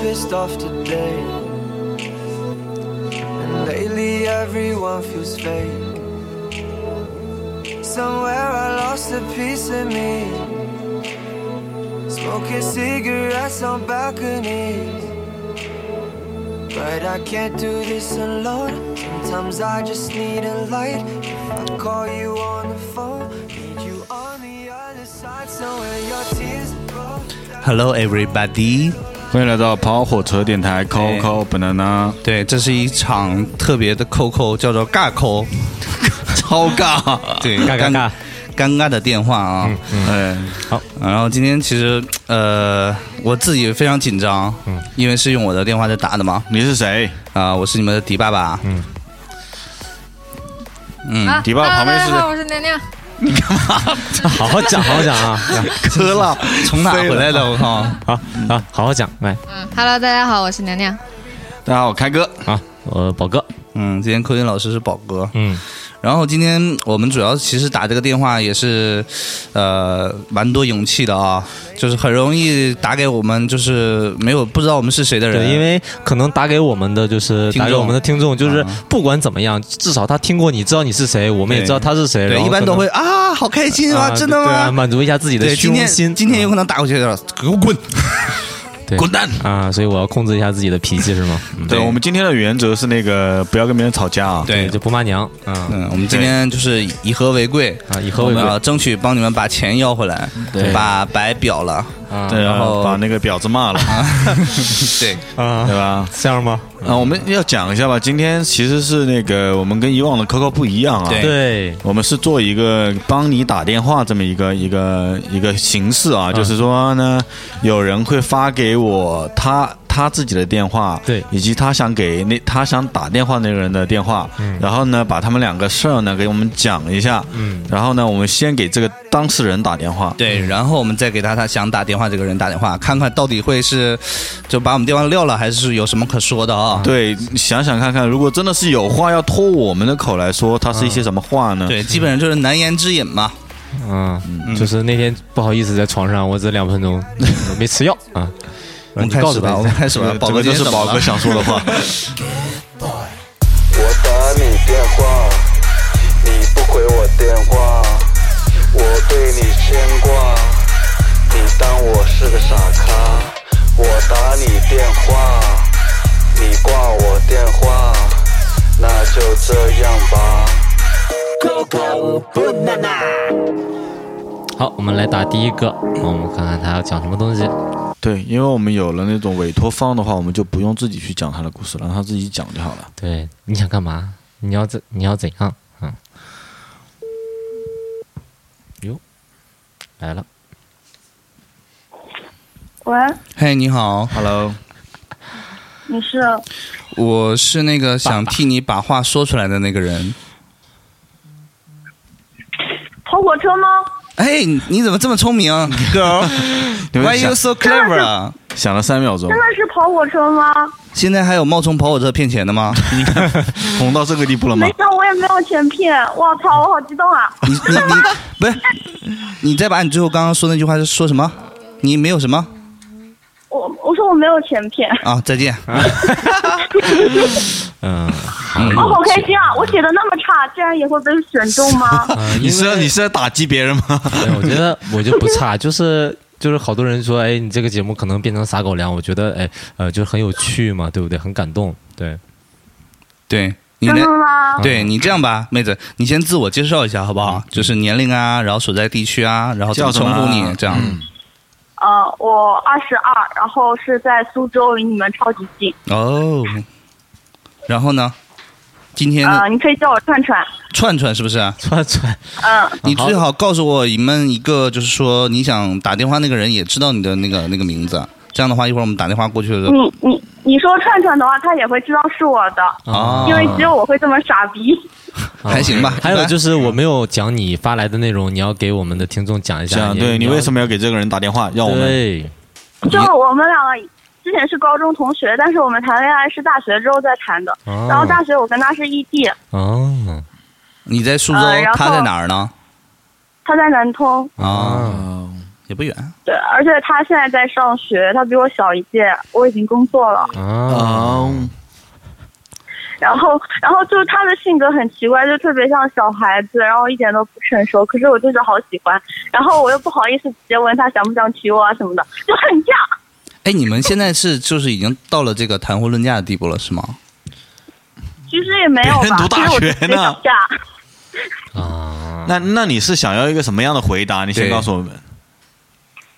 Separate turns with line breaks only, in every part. pissed off today. And lately everyone feels fake. Somewhere I lost a piece of me. Smoking cigarettes on balconies. But I can't do this alone. Sometimes I just need a light. If I call you on the phone, need you on the other side. Somewhere your tears roll.
Hello everybody，
欢迎来到跑火车电台
哎
Coco Banana，
对，这是一场特别的扣扣，叫做尬扣，
超尬，
对，
尬尬嗯尬
尴尬的电话啊。
哎，
然后今天其实呃，我自己非常紧张，
嗯
因为是用我的电话在打的嘛。
你是谁？
啊、我是你们的迪爸爸，
嗯
嗯
啊
迪爸嗯旁边
大
是
家好，我是娘娘。
好好讲，好好讲啊！
磕了，从哪回 来的？我靠！
好好好好讲，来
嗯，Hello，大家好，我是娘娘。
大家好，开哥，
啊，呃，宝哥，
嗯，今天扣音老师是宝哥，
嗯，
然后今天我们主要其实打这个电话也是，呃，蛮多勇气的啊，就是很容易打给我们就是没有不知道我们是谁的人，
对，因为可能打给我们的就是
听众啊
打给我们的听众，就是不管怎么样，至少他听过你，知道你是谁，我们也
对
知道他是谁，然
对
后
一般
可
都
能
会啊，好开心啊，
啊
真的
对啊
吗？
满足一下自己的
对，
虚
今
荣
天
心，
今天有可能打过去的，给我滚，
对
滚蛋！
啊，所以我要控制一下自己的脾气是 吗？嗯
对我们今天的原则是那个不要跟别人吵架啊，
对
就不骂娘啊
嗯，我们今天就是以和为贵
啊以和为
我们
贵
要争取帮你们把钱要回来，把白表了，嗯
啊
对，然
然后
后
啊
把那个婊子骂了，
对，
啊
对，吧？
这样吗？
啊，我们要讲一下吧，今天其实是那个我们跟以往的 Coco 不一样啊，
对
对，
我们是做一个帮你打电话这么一个一个一个形式啊，就是说呢，有人会发给我他他自己的电话，
对
以及他想给那他想打电话那个人的电话，嗯，然后呢，把他们两个事儿呢给我们讲一下，嗯，然后呢，我们先给这个当事人打电话，
对，然后我们再给他他想打电话这个人打电话，看看到底会是就把我们电话撂了，还是有什么可说的啊？
对，想想看看，如果真的是有话要托我们的口来说，它是一些什么话呢？
对，基本上就是难言之隐嘛。
嗯，就是那天不好意思在床上，我这两 分钟我没吃药啊，
我
你
们开
告
始
诉
吧，
他
我
一
们
下。
开始吧
这。
宝
这
哥
个
今
就
天
是
怎么
宝
了
哥想说的话。
我打你电话，你不回我电话，我对你牵挂，你当我是个傻咖。我打你电话，你挂我电话，那就这样吧。
好，我们来打第一个，我们看看他要讲什么东西。
对，因为我们有了那种委托方的话，我们就不用自己去讲他的故事了，让他自己讲就好了。
对，你想干嘛？你要怎你要怎样？嗯，哟，来了，
喂，
嘿，你好，
Hello，
你是
我是那个想替你把话说出来的那个人。
跑火车吗？
哎，你你怎么这么聪明，girl？Why
你们
you
想
so clever？啊？
想了三秒钟
真，的是跑火车吗？
现在还有冒充跑火车骗钱的吗？
红到这个地步了吗
没？有，我也没有钱骗。我操，我好激动啊！
你你你不是？你再把你最后刚刚说那句话是说什么？你没有什么
我我说我没有钱 骗，
啊？再见。
嗯，
我好开心啊！我写的那么差，竟然也会被选中 吗？
啊，
你是
因为
你是在打击别人吗？
对我觉得我就不差，就是就是好多人说，哎，你这个节目可能变成撒狗粮，我觉得，哎，呃，就很有趣嘛，对不对？很感动，对，
对，你
真
那
的吗？
对你这样吧，妹子，你先自我介绍一下好不好？就是年龄啊，然后所在地区啊，然后怎么
叫什么
称呼
啊
你这样。
呃，我二十二，然后是在苏州，离你们超级近。
哦，然后呢？今天
呃，你可以叫我串串。
串串是不是啊？
串串，
嗯，
你最好告诉我你们一个，就是说你想打电话那个人也知道你的那个那个名字。啊这样的话，一会儿我们打电话过去的时候，
你你你说串串的话，他也会知道是我的，
啊
因为只有我会这么傻逼。
啊
还行吧
还
一
有
般
就是我没有讲你发来的内容，你要给我们的听众讲一下。
讲啊对你为什
么？
么要给这个人打电话？让我们
对，
就我们两个之前是高中同学，但是我们谈恋爱是大学之后再谈的。
哦
然后大学我跟他是异地，
哦
啊你在苏州
呃然，后
他在哪儿呢？
他在南通，
啊，
啊，
也不远。
对，而且他现在在上学，他比我小一届，我已经工作了。
啊，
哦
然后，然后就是他的性格很奇怪，就特别像小孩子，然后一点都不成熟。可是我就是好喜欢，然后我又不好意思直接问他想不想娶我啊什么的，就很 犟。
哎，你们现在是就是已经到了这个谈婚论嫁的地步了，是吗？
其实也没有
别人
吧，
读大
其实我
学
特别
呢
想嫁。
啊
那那你是想要一个什么样的回答？你先
对
告诉我们。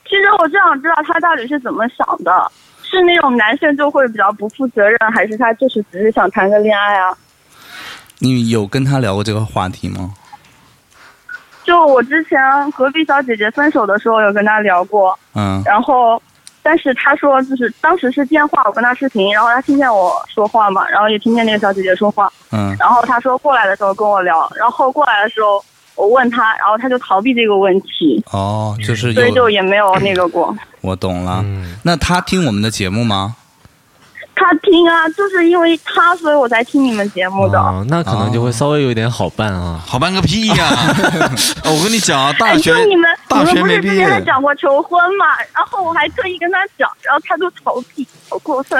其实我就想知道他到底是怎么想的，是那种男生就会比较不负责任，还是他就是只是想谈个恋爱啊？
你有跟他聊过这个话题吗？
就我之前隔壁小姐姐分手的时候有跟她聊过，
嗯
然后，但是她说就是当时是电话，我跟她视频，然后她听见我说话嘛，然后也听见那个小姐姐说话，
嗯
然后她说过来的时候跟我聊，然后过来的时候我问她，然后她就逃避这个问题，
哦，就是
所以就
有
也没有那个过。
我懂了。
嗯
那他听我们的节目吗？
她听啊，就是因为她，所以我才听你们节目的。
哦，那可能就会稍微有一点好办啊。
啊好办个屁 呀、我跟你讲啊，大
哎，
学
就你们，你
大
们
学
不
没
是
毕
之前还
业，
讲过求婚嘛？然后我还特意跟她讲，然后她就逃避，好过分。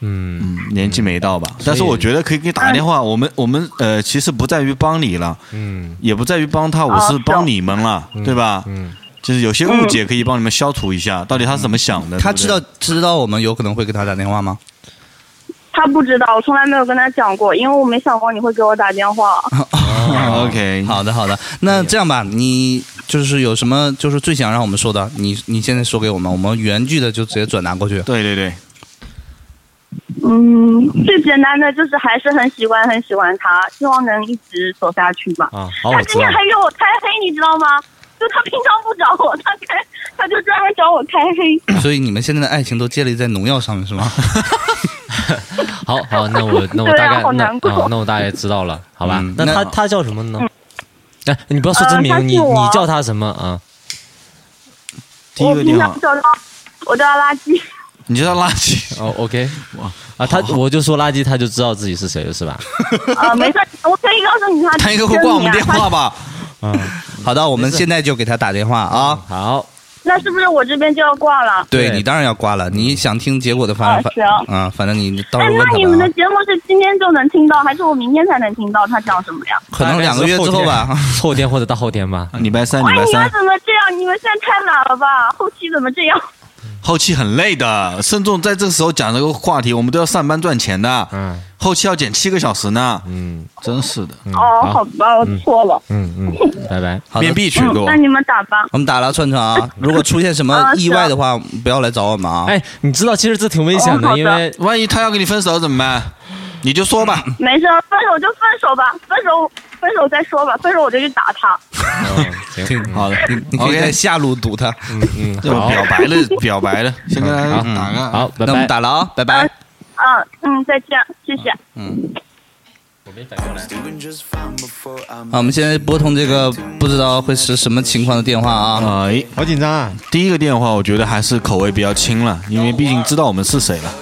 嗯，
嗯，年纪没到吧？但是我觉得可以给你打个电话。我们我们呃，其实不在于帮你了，
嗯
也不在于帮他，我
哦
是
是
帮你们了，对吧？
嗯，
就是有些误
嗯
解可以帮你们消除一下，到底他是怎么想的？
他
对不
知
对
道知道我们有可能会给他打电话吗？
他不知道，我从来没有跟他讲过，因为我没想过你会给我打电话。
啊 OK，
哦好的，好的。那这样吧，你就是有什么就是最想让我们说的，你你现在说给我们，我们原句的就直接转达过去。
对对对，
嗯，最简单的就是还是很喜欢很喜欢他，希望能一直走下去吧。
啊，好，
他
我知
今
道
天
了。
还给我开黑，你知道吗？就他平常不找我，他开他就专门找我开黑。
所以你们现在的爱情都建立在农药上面是 吗？
好好，那我那我
对
大
啊
概
好
那
难过
啊，那我大概知道了，好吧
嗯？
那
那
他他叫什么呢？哎，你不要说
嗯呃
真
他
名，
姓
你
王
你叫他什么啊？
第一
我
个
平
电话
常，叫他，我叫他垃圾。
你知道垃圾，
哦，OK，
哇
啊，他我就说垃圾，他就知道自己是谁了，是吧？
啊，没事，我可以告诉你他
他应该会
真
挂我
名
们
啊
电
他
话吧？
好的，我们现在就给他打电话
嗯
啊。
好，
那是不是我这边就要挂了？
对
对
你当然要挂了，你想听结果的反
啊
反
是啊
啊，反正你到
哎
时候，问
那
他
你们
吧
的
啊。
节目是今天就能听到，还是我明天才能听到？他讲什么呀？
可能两个月之后吧。
后天或者大后天吧。
啊礼拜三，礼
哎，
拜
你们
三，
怎么这样？你们现在太懒了吧？后期怎么这样？
后期很累的，慎重在这时候讲这个话题，我们都要上班赚钱的，
嗯
后期要剪七个小时呢，
嗯
真是的，
嗯，
哦，好吧，我错了。
嗯嗯，拜拜。
好
面
的，
壁取
嗯，
过
那。你们打吧。
我们打了串串啊。如果出现什么
啊
意外的话，不要来找我们啊。
哎，你知道其实这挺危险
哦好
的，
的
因为
万一他要跟你分手怎么办？你就说吧，
没事，分手就分手吧，分手分手再说吧，分手我就去打他。
嗯行，
好的，
你可以
OK，
在下路堵他。
嗯
这
好，
表白了，表白了，先跟他
嗯
打个
好，拜
那我
拜
们。打了啊，拜拜。
嗯嗯，再见，谢谢。
嗯啊，我们现在拨通这个不知道会是什么情况的电话啊。
哎，
好紧张啊！
第一个电话我觉得还是口味比较轻了，因为毕竟知道我们是谁了。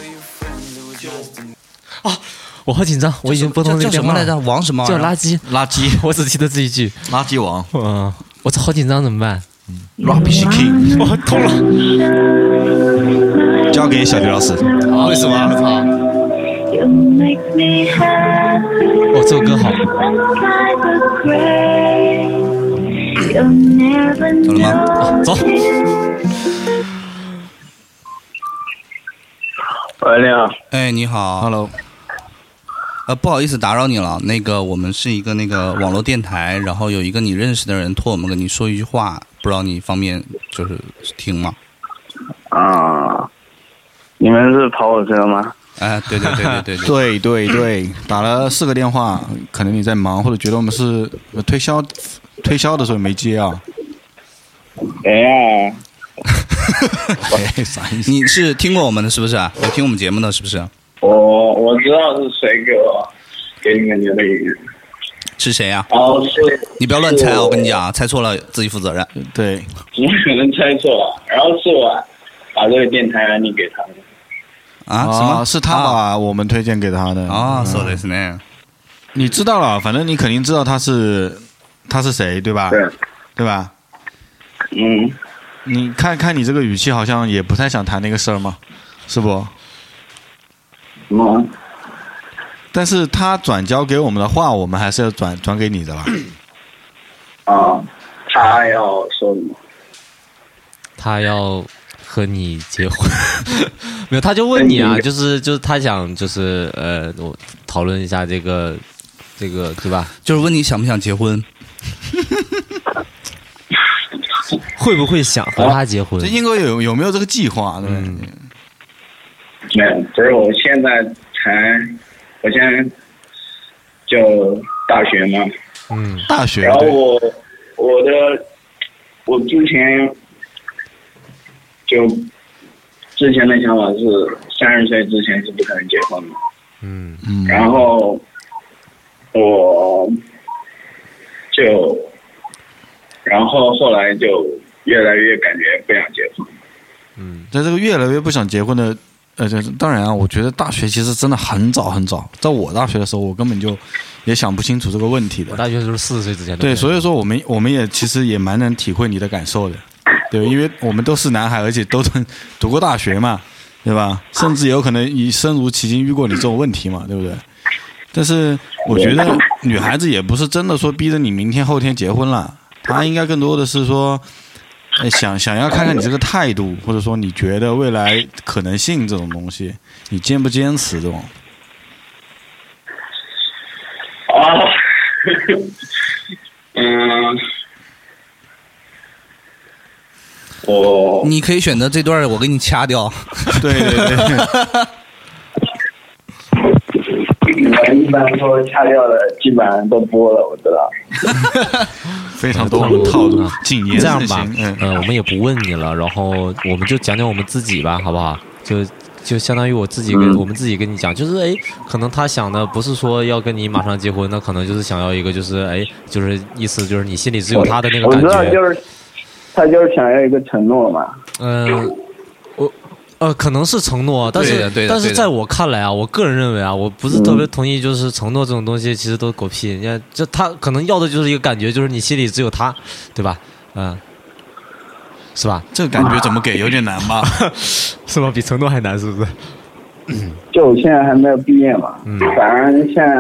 我好紧张，我已经拨通那
叫
个
叫什
电
么
话
来着？王什么？
叫垃圾，
垃圾，
我只记得这一句。
垃圾王
嗯，我这好紧张，怎么办？
，Rubbish King，我通了，交给小刘老师。
为什么？
哦
You make me happy
哦，这首歌好，
like a grave. You'll never know.
走。
喂，你好，
哎，你好。
Hello，
呃，不好意思打扰你了。那个，我们是一个那个网络电台，然后有一个你认识的人托我们跟你说一句话，不知道你方便就是听吗？
啊，你们是跑我车吗？
哎，对对对 对对
对
对。
对对，打了四个电话，可能你在忙，或者觉得我们是呃推销推销的时候没接啊？
哎，
哎，啥意思？
你是听过我们的是不是？啊有听我们节目的是不啊是？
我我知道是谁给我给你们留的言，
是谁啊呀、
然
哦
后是
你不要乱猜啊！
是
我跟你讲啊，猜错了自己负责任。
对，
怎么可能猜错了？然后是我把这个电台安利给他们，
啊？什么？
是他
啊？
把我们推荐给他的嗯
啊，そうですね。
你知道了，反正你肯定知道他是他是谁，对吧？
对，
对吧？
嗯，
你看看你这个语气，好像也不太想谈那个事儿嘛，是不？
什么？
但是他转交给我们的话，我们还是要转转给你的啦。
啊，他要说什么？
他要哦和你结婚， 没有，他就问你啊，就是就是他想就是呃，我讨论一下这个这个对吧？
就是问你想不想结婚？
会不会想
啊
和他结婚嗯
这？英国有有没有这个计划？对不对
没有，只是我现在才，我现在就大学嘛，
嗯
大学
然后
对
我我的我之前就之前的想法是三十岁之前是不可能结婚的，
嗯
嗯
然后我就然后后来就越来越感觉不想结婚。
嗯，
在这个越来越不想结婚的，呃，就是当然啊，我觉得大学其实真的很早很早，在我大学的时候，我根本就也想不清楚这个问题
我
的。
大学就是四十岁之前的
对，
以
所以说我们我们也其实也蛮能体会你的感受的，对，因为我们都是男孩，而且都曾读过大学嘛，对吧？甚至有可能你身如其境遇过你这种问题嘛，对不对？但是我觉得女孩子也不是真的说逼着你明天后天结婚了，她应该更多的是说，呃想想要看看你这个态度，或者说你觉得未来可能性这种东西，你坚不坚持这种。
啊， 嗯，我
你可以选择这段儿我给你掐掉。
对对对，
你们一般说掐掉的，基本上都播了，我知道。
非常多嗯套路，谨言
嗯这样
慎
吧
行。嗯，，
呃，我们也不问你了，然后我们就讲讲我们自己吧，好不好？就就相当于我自己跟、
嗯
我们自己跟你讲，就是哎，可能他想的不是说要跟你马上结婚，那可能就是想要一个就是哎，就是意思就是你心里只有他的那个
我
感
知
觉。
道，就是他就是想要一个承诺嘛。
嗯，我呃，可能是承诺，但
对
是
的对的
但
对
是
的
在我看来啊，我个人认为啊，我不是特别同意，就是承诺这种东西其实都是狗屁。人家这他可能要的就是一个感觉，就是你心里只有他，对吧？嗯，是吧？
这个感觉怎么给有点难吧？
是吗？比承诺还难，是不是？
就我现在还没有毕业嘛，反正现在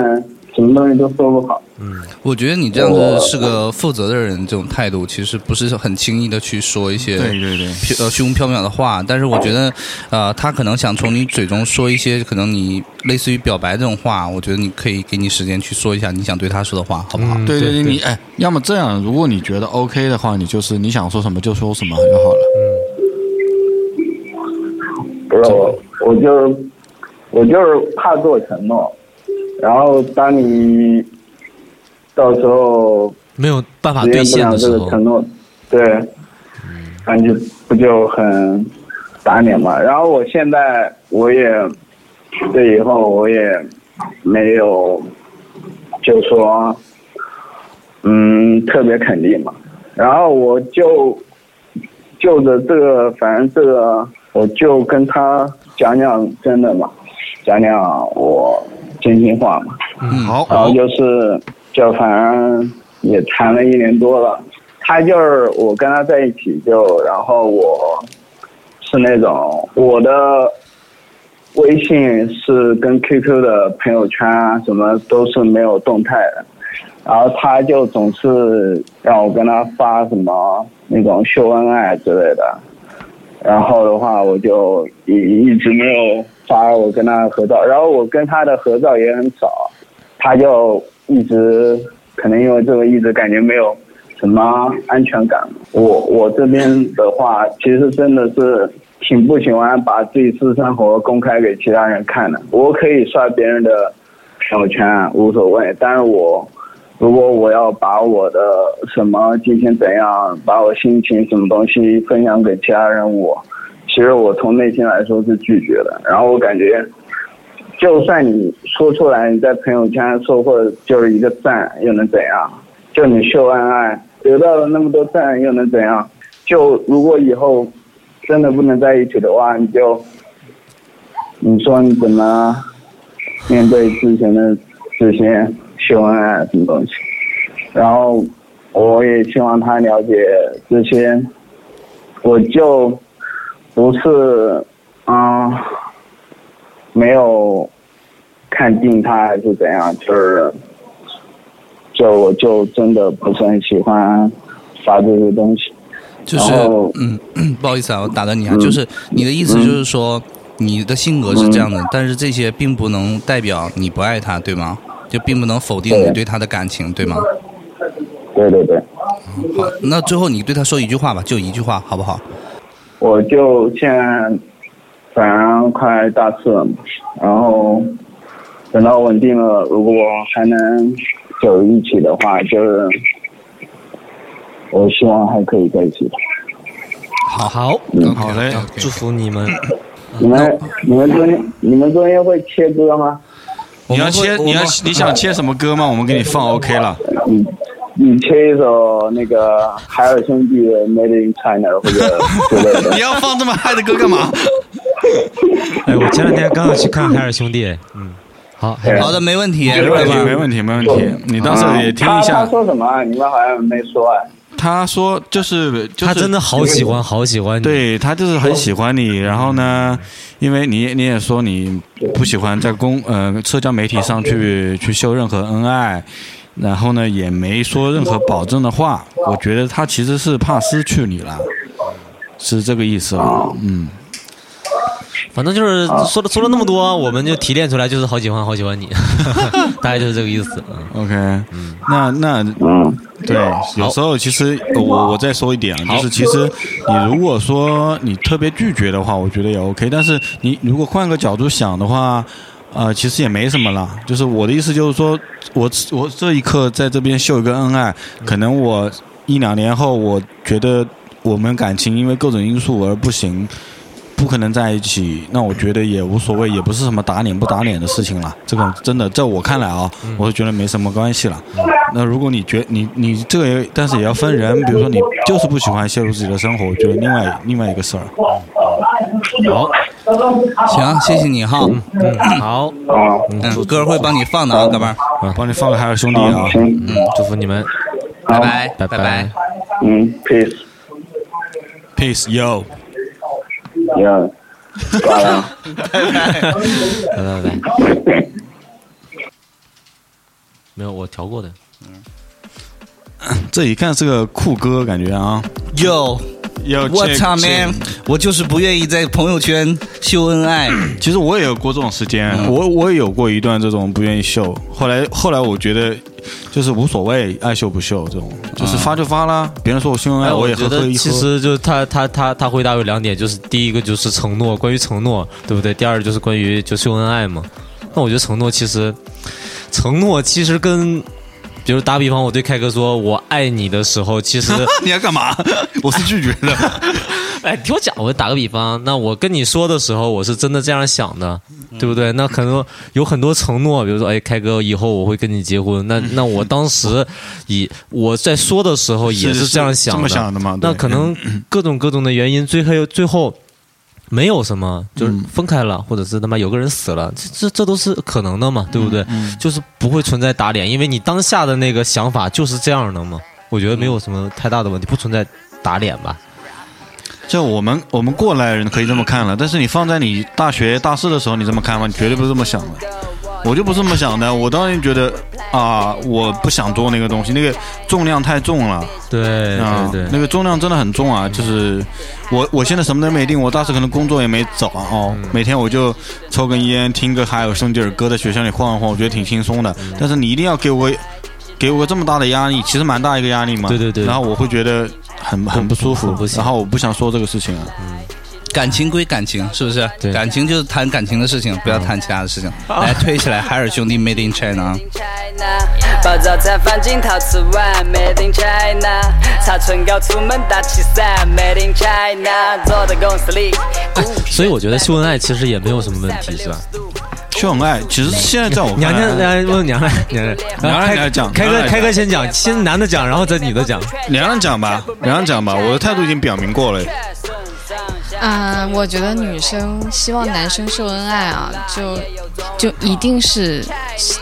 什么东西都说不好。
我觉得你这样子是个负责的人，这种态度其实不是很轻易的去说一些
对对对。
飘呃虚无缥缈的话，但是我觉得，呃，他可能想从你嘴中说一些可能你类似于表白这种话，我觉得你可以给你时间去说一下你想对他说的话，好不好？
嗯
对
对
对，
对
你哎，要么这样，如果你觉得 OK 的话，你就是你想说什么就说什么就好了。
不是我，我就我就是怕做承诺，然后当你到时候
没有办法
实
兑
现不
现
了这个
的时候，
承诺，对，那就不就很打脸嘛。然后我现在我也对以后我也没有，就说嗯特别肯定嘛。然后我就就着这个，反正这个我就跟他讲讲真的嘛，讲讲我真心话嘛。
嗯
好，
然后就是就反正也谈了一年多了，他就是我跟他在一起就，然后我是那种我的微信是跟 QQ 的朋友圈啊什么都是没有动态的，然后他就总是让我跟他发什么那种秀恩爱之类的。然后的话，我就一一直没有发我跟他的合照，然后我跟他的合照也很少，他就一直可能因为这个一直感觉没有什么安全感。我我这边的话，其实真的是挺不喜欢把自己私生活公开给其他人看的。我可以刷别人的朋友圈啊无所谓，但是我如果我要把我的什么今天怎样，把我心情什么东西分享给其他人，我其实我从内心来说是拒绝的。然后我感觉。就算你说出来，你在朋友圈说或者就是一个赞，又能怎样？就你秀恩爱，得到了那么多赞，又能怎样？就如果以后真的不能在一起的话，你就你说你怎么面对之前的这些秀恩爱什么东西？然后我也希望他了解这些我就不是嗯、没有看定他还是怎样，就是就我就真的不是很喜欢发这些东西。
就是
然后嗯
嗯， 不好意思啊，我打断你啊，就是你的意思就是说你的性格是这样的，但是这些并不能代表你不爱他，对吗？就并不能否定你对他的感情，对吗？
对对对，
好，那最后你对他说一句话吧，就一句话，好不好？
我就现在反正快大四了嘛，然后等到稳定了，如果还能走一起的话，就是我希望还可以在一起吧。
好好，
嗯
好嘞，祝福你们。
你们你们中间你们中间会切割吗？
你要切，你要你想切什么歌吗？我们给你放 OK 了。
你你切一首那个海尔兄弟的《Made in China》或者之类的。
你要放这么嗨的歌干嘛？
哎，我前两天刚好去看海尔兄弟，嗯，好，
好的，没问题，
没问题，没问题，没问题。 你到时候也听一
他他
下。
说什么啊？你们好像没说哎。
他说就是，就是
他真的好喜欢，好喜欢你。
对他就是很喜欢你，然后呢，因为你你也说你不喜欢在公呃社交媒体上去去秀任何恩爱，然后呢也没说任何保证的话，我觉得他其实是怕失去你了，是这个意思了。嗯，
反正就是说了说了那么多，我们就提炼出来就是好喜欢，好喜欢你，大概就是这个意思。嗯
OK，那那对，有时候其实呃我我再说一点啊，就是其实你如果说你特别拒绝的话，我觉得也 OK。但是你如果换个角度想的话，呃，其实也没什么啦。就是我的意思就是说，我我这一刻在这边秀一个恩爱，可能我一两年后，我觉得我们感情因为各种因素而不行。不可能在一起，那我觉得也无所谓，也不是什么打脸不打脸的事情了。这个真的，在我看来啊，
嗯
我是觉得没什么关系了。那如果你觉你你这个也，但是也要分人，比如说你就是不喜欢泄露自己的生活，我觉得另外另外一个事儿。
好，
行，谢谢你哈，
嗯，好，
啊，
嗯，歌会帮你放的啊，哥们儿，
帮你放个海尔兄弟啊，
行，
嗯，祝福你们，
拜拜，
拜
拜拜。
嗯，peace，
，peace yo。
yeah，挂了。
拜拜拜拜。没有，我调过的。
这一看是个酷哥，感觉啊。
Yo。
yo
What
check-
up, man？我就是不愿意在朋友圈秀恩爱。
其实我也有过这种时间，我我也有过一段这种不愿意秀，后来后来我觉得就是无所谓，爱秀不秀这种，就是发就发啦，别人说我秀恩爱，哎我也
哎觉
呵呵
得
一
其
呵。
实就是他他他他回答有两点，就是第一个就是承诺，关于承诺，对不对？第二就是关于就秀恩爱嘛。那我觉得承诺其实，承诺其实跟，比如打比方，我对凯哥说我爱你的时候，其实
你要干嘛？我是拒绝的。
哎，听我讲，我打个比方，那我跟你说的时候，我是真的这样想的，对不对？那可能有很多承诺，比如说，哎，开哥，以后我会跟你结婚。那那我当时以我在说的时候也
是
这样
是这
想
么
的，
想的嘛对
那可能各种各种的原因，最后最后没有什么，就是
嗯
分开了，或者是他妈有个人死了，这这这都是可能的嘛，对不对？
嗯
就是不会存在打脸，因为你当下的那个想法就是这样的嘛。我觉得没有什么太大的问题，不存在打脸吧。
就我们我们过来人可以这么看了，但是你放在你大学大四的时候，你这么看吗？你绝对不是这么想的。我就不是这么想的，我当然觉得啊，我不想做那个东西，那个重量太重了
对
啊
对对，，
那个重量真的很重啊。就是我我现在什么都没定，我大四可能工作也没找啊哦，
嗯
每天我就抽根烟，听个海尔兄弟的歌，在学校里晃一晃，我觉得挺轻松的。
嗯
但是你一定要给我给我这么大的压力，其实蛮大一个压力嘛。
对对对
然后我会觉得很很不舒服
不行，
然后我不想说这个事情啊。
感情归感情，是不是？
对
感情就是谈感情的事情，不要谈其他的事情。来推起来，海尔兄弟 Made in China 啊。
暴躁餐放进陶瓷碗，Made in China。擦唇膏出门打起伞，Made in China。坐在公司里，
所以我觉得秀恩爱其实也没有什么问题，是吧？
秀恩爱，其实现在在我
娘
看
娘，
来，
来问娘来，娘来，然后
娘来
开
娘来讲
开
娘
哥，
来
开哥先讲，先男的讲，然后再女的讲。
两两讲吧，两两讲吧，我的态度已经表明过了。
啊、我觉得女生希望男生秀恩爱啊，就就一定是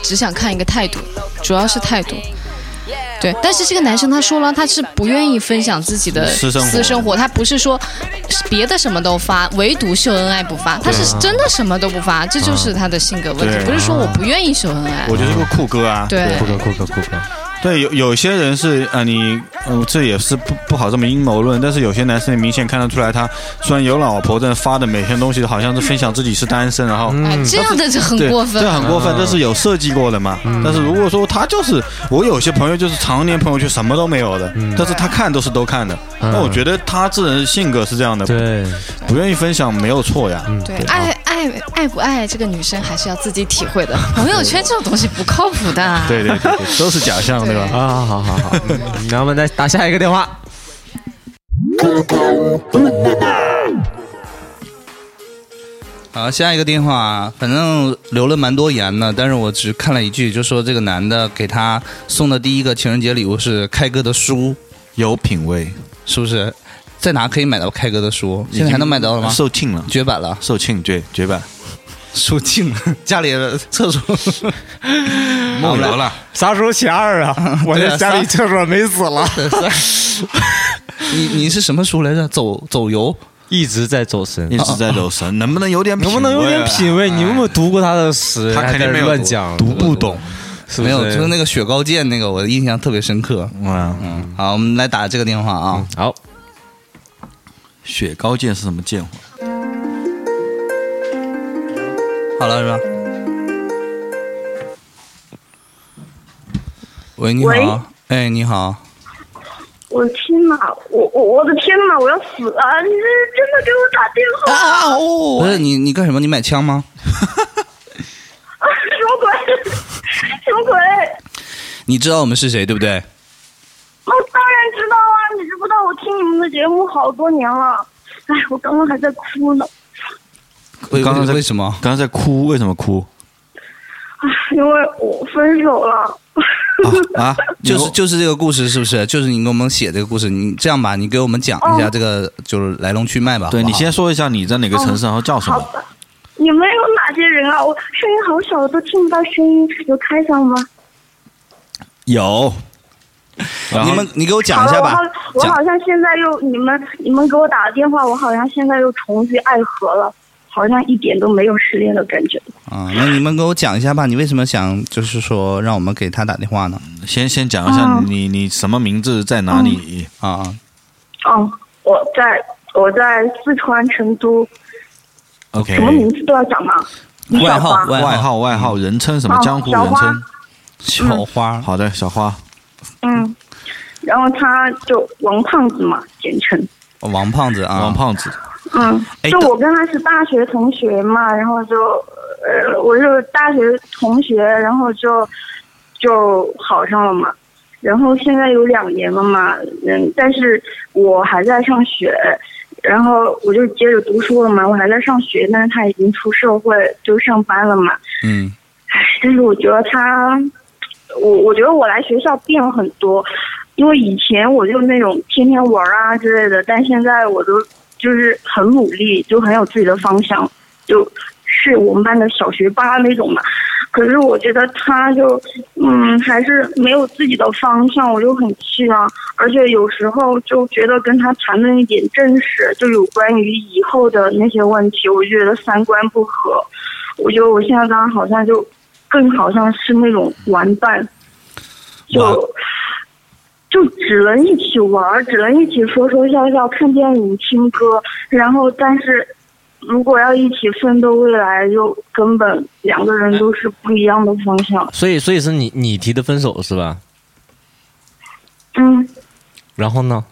只想看一个态度，主要是态度。对，但是这个男生他说了，他是不愿意分享自己的
私生活
活他不是说别的什么都发，唯独秀恩爱不发，他是真的什么都不发，这就是他的性格问题，
啊对啊
不是说我不愿意秀恩爱
我。觉得是个酷哥啊，
哎对酷
哥酷哥酷哥。
对，有有些人是啊、呃你嗯、这也是不不好这么阴谋论，但是有些男生明显看得出来，他虽然有老婆，但发的每天东西好像是分享自己是单身，然后、
哎，这样的就很
对
过分
这很过分
嗯，
这是有设计过的嘛？但是如果说他就是我有些朋友就是常年朋友圈什么都没有的，但是他看都是都看的，
嗯
那我觉得他这人性格是这样的，
对，
不愿意分享没有错呀。
对，哎爱爱爱不爱这个女生还是要自己体会的。 朋友圈这种东西不靠谱的啊。
对对对对，都是假象，对吧？
啊，好 好好，然后我们再打下一个电话。
好，下一个电话，反正留了蛮多言的，但是我只看了一句，就说这个男的给他送的第一个情人节礼物是开哥的书，
有品位，
是不是？在哪可以买到开哥的书？现在还能买到了吗？
售罄了，
绝版了，
售罄绝绝版，
书罄了，家里的厕所
梦游了。
啥时候写 二啊？我
在家里
厕所没死了，
你你是什么书来着？走走游
一直在走神啊
一。直在走神，能不能有点品
能
味
不能
啊
有点品味？你有没有读过他的诗？
哎他肯定没有
还在乱讲，
读不懂，
是不
没
是
有？就是那个雪糕剑那个，我印象特别深刻。
啊？嗯，
嗯，好，我们来打这个电话啊。
嗯好，
雪糕剑是什么剑？
好了是吧？喂，你
喂
好。哎，你好。
我的天哪，我我我的天哪，我要死了！你这真的给我打电话？
啊哦！不是你，你干什么？你买枪吗？
啊，什么鬼？什么鬼？
你知道我们是谁对不对？
我当然知道啊，你知不知道我听你们的节目好多年了？哎，我刚刚还在哭呢，
为
刚刚在
为什么？
刚刚在哭，为什么哭？
哎，因为我分手了。
啊 啊，
就是就是这个故事是不是？就是你给我们写这个故事。你这样吧，你给我们讲
哦
一下这个就是来龙去脉吧。
对
好不
你
好
先说一下你在哪个城市，然后叫什
哦好
么？
吧，你们有哪些人啊？我声音好小，我都听不到声音，有开嗓吗？
有，然后
你们你给我
好
讲一
了，
下
我
吧
好，。我
讲
好像现在又你们你们给我打的电话，我好像现在又重聚爱河了，好像一点都没有失恋的感觉。
啊，那你们给我讲一下吧。你为什么想就是说让我们给他打电话呢？
先先讲一
嗯
下你你什么名字，在哪里？
啊啊，
哦，我在我在四川成都，
OK，
什么名字都要讲吗？李
外
小
号
花，
外
外号外号人称什么
哦
江湖
小
人
花
称？
小花。
好的，小花，
嗯，然后他就王胖子嘛，简称。
王胖子啊，
王胖子，
嗯，
哎
就
但
我跟他是大学同学嘛，然后就呃，我是大学同学，然后就就好上了嘛。然后现在有两年了嘛，嗯，但是我还在上学，然后我就接着读书了嘛，我还在上学，但是他已经出社会就上班了嘛。
嗯
唉，但是我觉得他，我我觉得我来学校变了很多，因为以前我就那种天天玩啊之类的，但现在我都就是很努力，就很有自己的方向，就是我们班的小学霸那种嘛。可是我觉得他就，嗯，还是没有自己的方向，我就很气啊。而且有时候就觉得跟他谈论一点正事，就有关于以后的那些问题，我就觉得三观不合。我觉得我现在当然好像就更好像是那种玩伴，
哇
就就只能一起玩儿，只能一起说说笑笑，看电影、听歌，然后但是。如果要一起奋斗未来，就根本两个人都是不一样的方向。
所以所以是你你提的分手是吧？
嗯，
然后呢？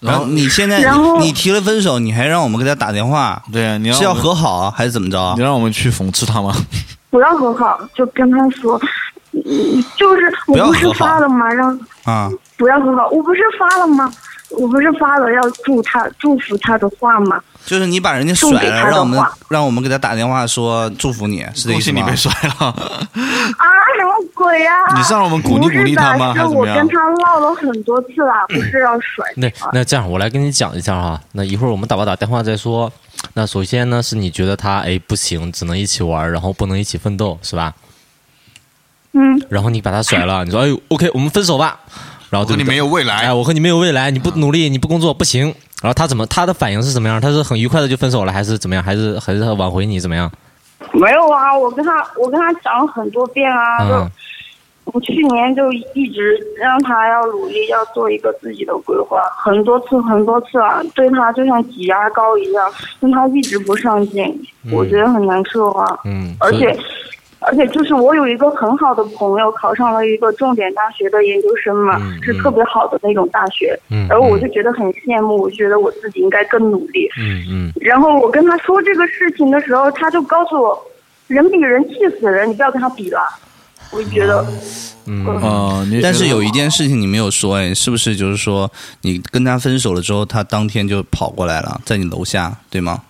然后你现在
然后
你提了分手，你还让我们给他打电话，
对啊，你让
是要
我们
和好啊，还是怎么着啊
你？让我们去讽刺他吗？
不要和好，就跟他说，嗯就是我
不要
不是
和好
发了吗？让
啊，
不要和好，我不是发了吗？我不是发了要祝他祝福他的话吗？
就是你把人家甩
送给
了，
他的
让我们
话
让我们给他打电话说祝福你，是这意
恭
思
喜你
吗
被？甩了，
啊，什么鬼呀、
你是让我们鼓励鼓励他吗还
不是的，
是
是
怎
我
么样
跟他唠了很多次了，不是要甩
嗯那
他。
那这样，我来跟你讲一下哈。那一会儿我们打不打电话再说。那首先呢，是你觉得他哎不行，只能一起玩，然后不能一起奋斗，是吧？
嗯，
然后你把他甩 了，你说哎呦，OK，我们分手吧。然后
我和
对不
你
对
没有未来啊
哎，我和你没有未来，你不努力，你不工作不行。然后他怎么他的反应是怎么样？他是很愉快的就分手了，还是怎么样？还是还是挽回你怎么样？
没有啊，我跟他我跟他讲了很多遍啊，
嗯
就我去年就一直让他要努力，要做一个自己的规划，很多次很多次啊，对他就像挤牙膏一样，但他一直不上进，我觉得很难受啊。
嗯，
而
所以
且，而且就是我有一个很好的朋友，考上了一个重点大学的研究生嘛，
嗯
是特别好的那种大学，
嗯
然后我就觉得很羡慕，我觉得我自己应该更努力。
嗯嗯
然后我跟他说这个事情的时候，他就告诉我，人比人气死人，你不要跟他比了。我就觉得，嗯
哦，你
但是有一件事情你没有说，哎，是不是就是说你跟他分手了之后，他当天就跑过来了，在你楼下，对吗？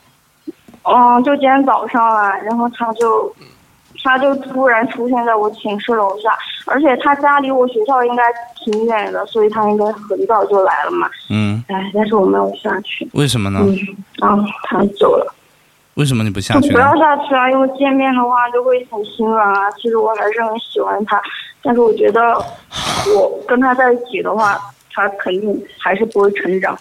嗯，就今天早上啊，然后他就，他就突然出现在我寝室楼下，而且他家离我学校应该挺远的，所以他应该很早就来了嘛。
嗯，
哎，但是我没有下去。
为什么呢？
嗯，啊，他走了，
为什么你不下
就
去
不
呢？
要下去啊！因为见面的话就会很心软啊。其实我还是很喜欢他，但是我觉得我跟他在一起的话，他肯定还是不会成长。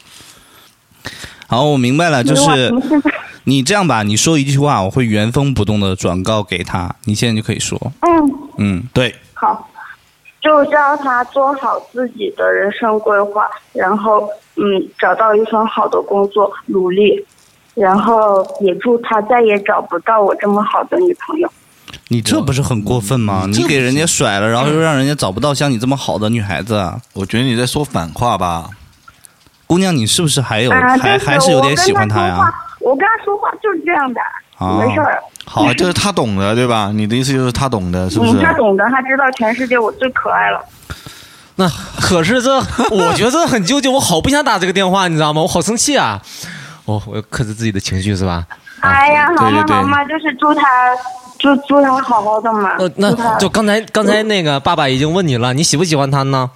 好，我明白了，啊就
另外
是
我们现在，
你这样吧，你说一句话，我会原封不动的转告给他，你现在就可以说，
嗯，
嗯，
对，
好，就叫他做好自己的人生规划，然后嗯，找到一份好的工作，努力，然后也祝他再也找不到我这么好的女朋友。
你这不是很过分吗？你给人家甩了，然后又让人家找不到像你这么好的女孩子啊，
我觉得你在说反话吧？
姑娘，你是不是还有
啊，
哎还
但是
还是有点喜欢她呀？
我跟他说话，我跟他说话就是这样的，
啊
没事儿。
好，就是他懂的，对吧？你的意思就是他懂的，是不是
嗯，？他懂得，他知道全世界我最可爱了。
那可是这，我觉得这很纠结，我好不想打这个电话，你知道吗？我好生气啊！我我要克制自己的情绪是吧？
啊
哎呀，好
对
嘛
对对
好嘛，就是祝他，祝祝他好好的嘛。
呃，那
祝
啊
他
就刚才刚才那个爸爸已经问你了，你喜不喜欢他呢？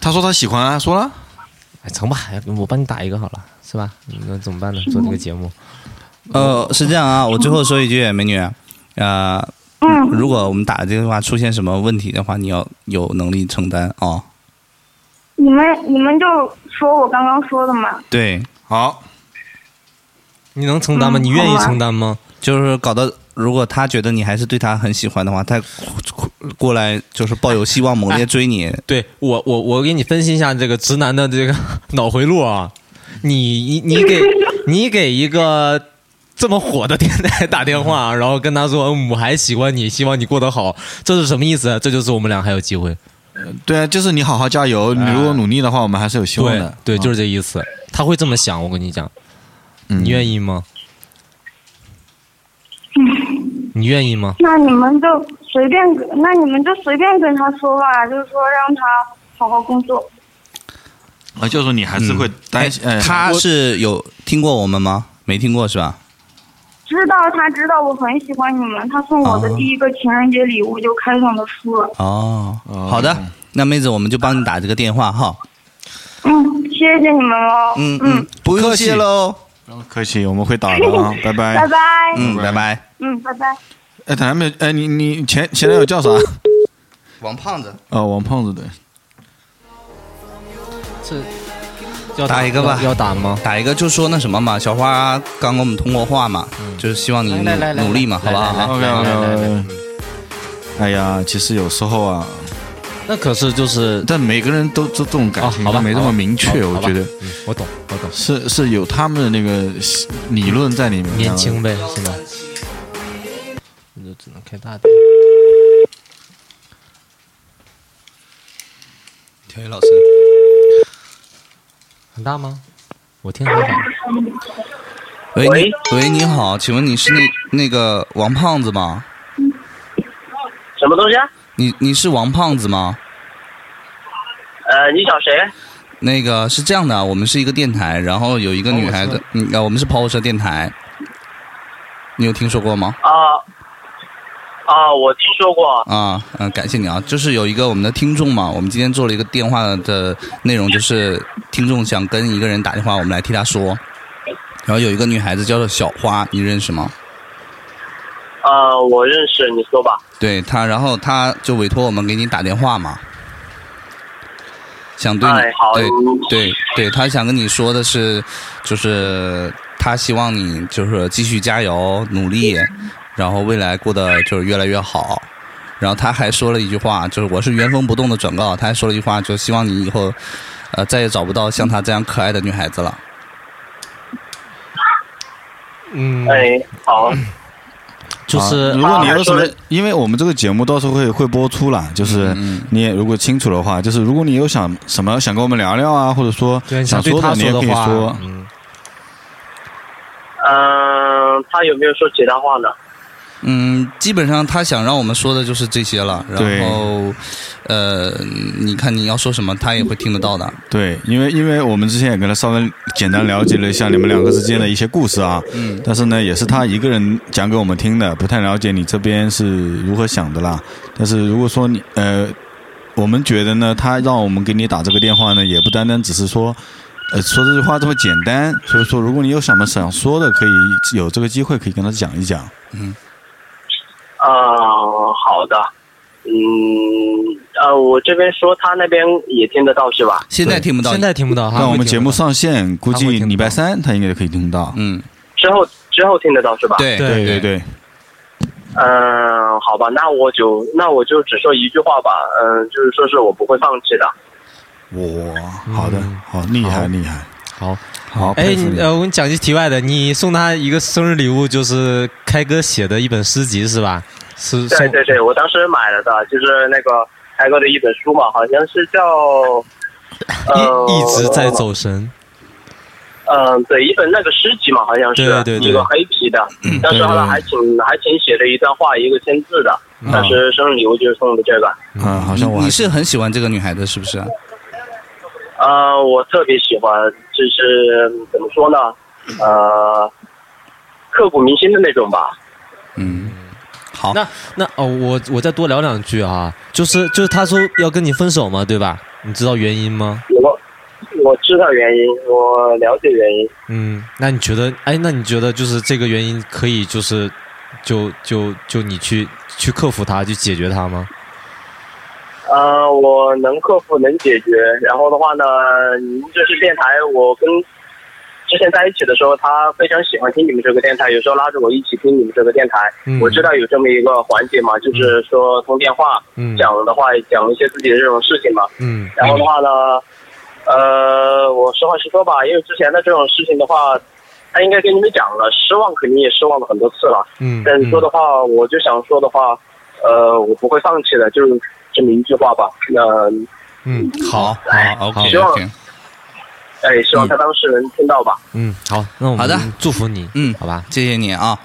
他说他喜欢啊，说了，
哎，成吧，我帮你打一个好了，是吧？那怎么办呢？做这个节目，
呃，是这样啊，我最后说一句，美女，呃，
嗯
如果我们打这个话出现什么问题的话，你要有能力承担哦。
你们你们就说我刚刚说的嘛。
对，
好，
你能承担吗？
嗯
你愿意
好啊
承担吗？
就是搞到，如果他觉得你还是对他很喜欢的话，他过来就是抱有希望猛 烈追你。
哎对我，我我给你分析一下这个直男的这个 脑回路啊。你 你给你给一个这么火的电台打电话，然后跟他说嗯我还喜欢你，希望你过得好，这是什么意思？啊这就是我们俩还有机会。
对啊，就是你好好加油，你如果努力的话，我们还是有希望
对
的。嗯
对，就是是这意思。他会这么想，我跟你讲，你愿意吗？你愿意吗？
那你们就随便跟，那你们就随便跟他说吧，就是说让他好好工作。
啊，就是说你还是会担心，哎
嗯他
我
是有听过我们吗？没听过是吧？
知道他知道我很喜欢你们，他送我的
哦
第一个情人节礼物就开上的书了。
哦，
哦
好的，那妹子我们就帮你打这个电话哈。
嗯，谢谢你们哦。
嗯嗯，不客气喽。
不用客气，我们会打的啊，拜拜。
拜拜。
嗯，拜拜。
嗯，拜拜。
哎，男朋友，哎，你你前前男友叫啥？
王胖子，
哦，王胖子对。
这要
打一个吧
要打吗？
打一个就说那什么嘛，小花刚跟我们通过话嘛，就是希望你
嗯来来来来
努力嘛，好
来
不
来
好？
OK OK OK。哎呀，其实有时候啊，
那可是就是
但每个人都都这种感情，
哦好吧
没这么明确，
好吧
我觉得
嗯我懂，我懂，
是是有他们的那个理论在里面。
年轻呗，是吧？那就只能开大点。
调音老师，
很大吗？我听很大。
喂你喂你好，请问你是那那个王胖子吗？
什么东西啊？
你你是王胖子吗？
呃，你找谁？
那个是这样的，啊我们是一个电台，然后有一个女孩子，嗯，呃我们是跑火车电台，你有听说过吗？
啊啊，我听说过。
啊，嗯、感谢你啊，就是有一个我们的听众嘛，我们今天做了一个电话的内容，就是听众想跟一个人打电话，我们来替他说。然后有一个女孩子叫做小花，你认识吗？
啊，啊，我认识，你说吧。
对他，然后他就委托我们给你打电话嘛，想对你，
哎好
对对对，他想跟你说的是，就是他希望你就是继续加油努力，然后未来过得就是越来越好。然后他还说了一句话，就是我是原封不动的转告，他还说了一句话，就希望你以后，呃，再也找不到像她这样可爱的女孩子了。
嗯，
哎，好，
就是
啊如果你有什么
啊说，
因为我们这个节目到时候会会播出啦，
嗯
就是你也如果清楚的话，就是如果你有想什么想跟我们聊聊啊，或者说
对，你
想
想对
的，
他
你也
说
可以
话，
说。
嗯，
嗯，他有没有说其他话呢？
嗯，基本上他想让我们说的就是这些了。
对
然后，呃，你看你要说什么，他也会听得到的。
对，因为因为我们之前也跟他稍微简单了解了一下你们两个之间的一些故事啊，
嗯，
但是呢，也是他一个人讲给我们听的，不太了解你这边是如何想的啦。但是如果说你呃，我们觉得呢，他让我们给你打这个电话呢，也不单单只是说。呃，说这句话这么简单，所以说，如果你有什么想说的，可以有这个机会可以跟他讲一讲。
嗯，好的。嗯，呃，我这边说，他那边也听得到是吧？
现在听不到，
现在听不到，他
那我们
会听
节
不
目
到
上线，估
他会
计
听得
礼拜
到
三他应该可以听到。
嗯，
之后之后听得到是吧？。
对
对
对对，
嗯，好吧，那我就那我就只说一句话吧。嗯，就是说是我不会放弃的。
哇，好的，好厉害厉害，
嗯好。
好，
哎
佩服，你
呃，我跟你讲一句题外的，你送他一个生日礼物，就是开哥写的一本诗集是吧？是送
对对对，我当时买了的，就是那个开哥的一本书嘛，好像是叫呃
一一直在走神，
嗯，对，一本那个诗集嘛，好像是
对对嗯对
一个黑皮的，当时后来还请还请写了一段话，一个签字的。
嗯
当时生日礼物就是送的这个，
啊，好
你
像我还
你是很喜欢这个女孩子，是不是？
呃，我特别喜欢，就是嗯怎么说呢，呃，刻骨铭心的那种吧。
嗯，好，
那那哦，我我再多聊两句啊，就是就是他说要跟你分手嘛，对吧？你知道原因吗？
我我知道原因，我了解原因。
嗯，那你觉得，哎，那你觉得就是这个原因可以就是就就就你去去克服它，去解决它吗？
呃，我能克服，能解决。然后的话呢，您这是电台，我跟之前在一起的时候，他非常喜欢听你们这个电台，有时候拉着我一起听你们这个电台。
嗯
我知道有这么一个环节嘛，就是说通电话、
嗯
讲的话，讲一些自己的这种事情嘛。
嗯，
然后的话呢，呃，我实话实说吧，因为之前的这种事情的话，他应该跟你们讲了，失望肯定也失望了很多次了。
嗯，
但是说的话，我就想说的话，呃，我不会放弃的，就是这么一句话吧。那、
嗯嗯
好，好，OK
希望
OK，
哎，希望他当事人听到吧。
嗯，好，那我们
好的
祝福你，
嗯
好吧，
谢谢你啊，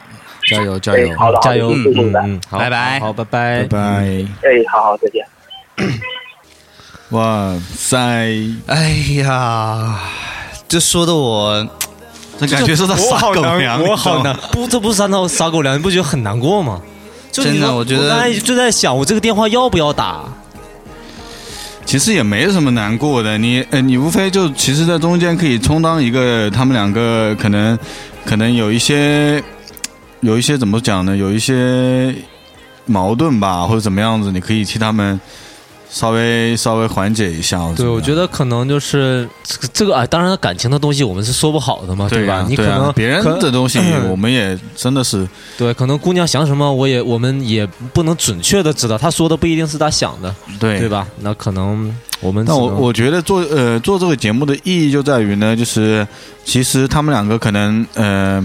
加油加
哎，好的，
加油，
好的谢谢你
嗯
们
嗯，好，
拜拜
好，拜拜，嗯
拜拜，
哎，好好，再见。
哇塞，
哎呀，这说的我
这感觉是在撒狗粮，
我好
你知道
难
吗，
不，这不是撒狗撒狗粮，你不觉得很难过吗？就你
真的
刚
我觉得
刚才就在想，我这个电话要不要打？
其实也没什么难过的，你呃，你无非就其实，在中间可以充当一个他们两个可能可能有一些有一些怎么讲呢，有一些矛盾吧，或者怎么样子，你可以替他们稍微稍微缓解一下。
对，我觉
得。
得可能就是这个这个啊，当然感情的东西我们是说不好的嘛，
对
吧
呀？
你可
对呀
能
别人
可
的东西
嗯，
我们也真的是
对，可能姑娘想什么，我也我们也不能准确的知道，她说的不一定是她想的，
对
对吧？那可能我们
但
只
我
能
我觉得做呃做这个节目的意义就在于呢，就是其实他们两个可能呃，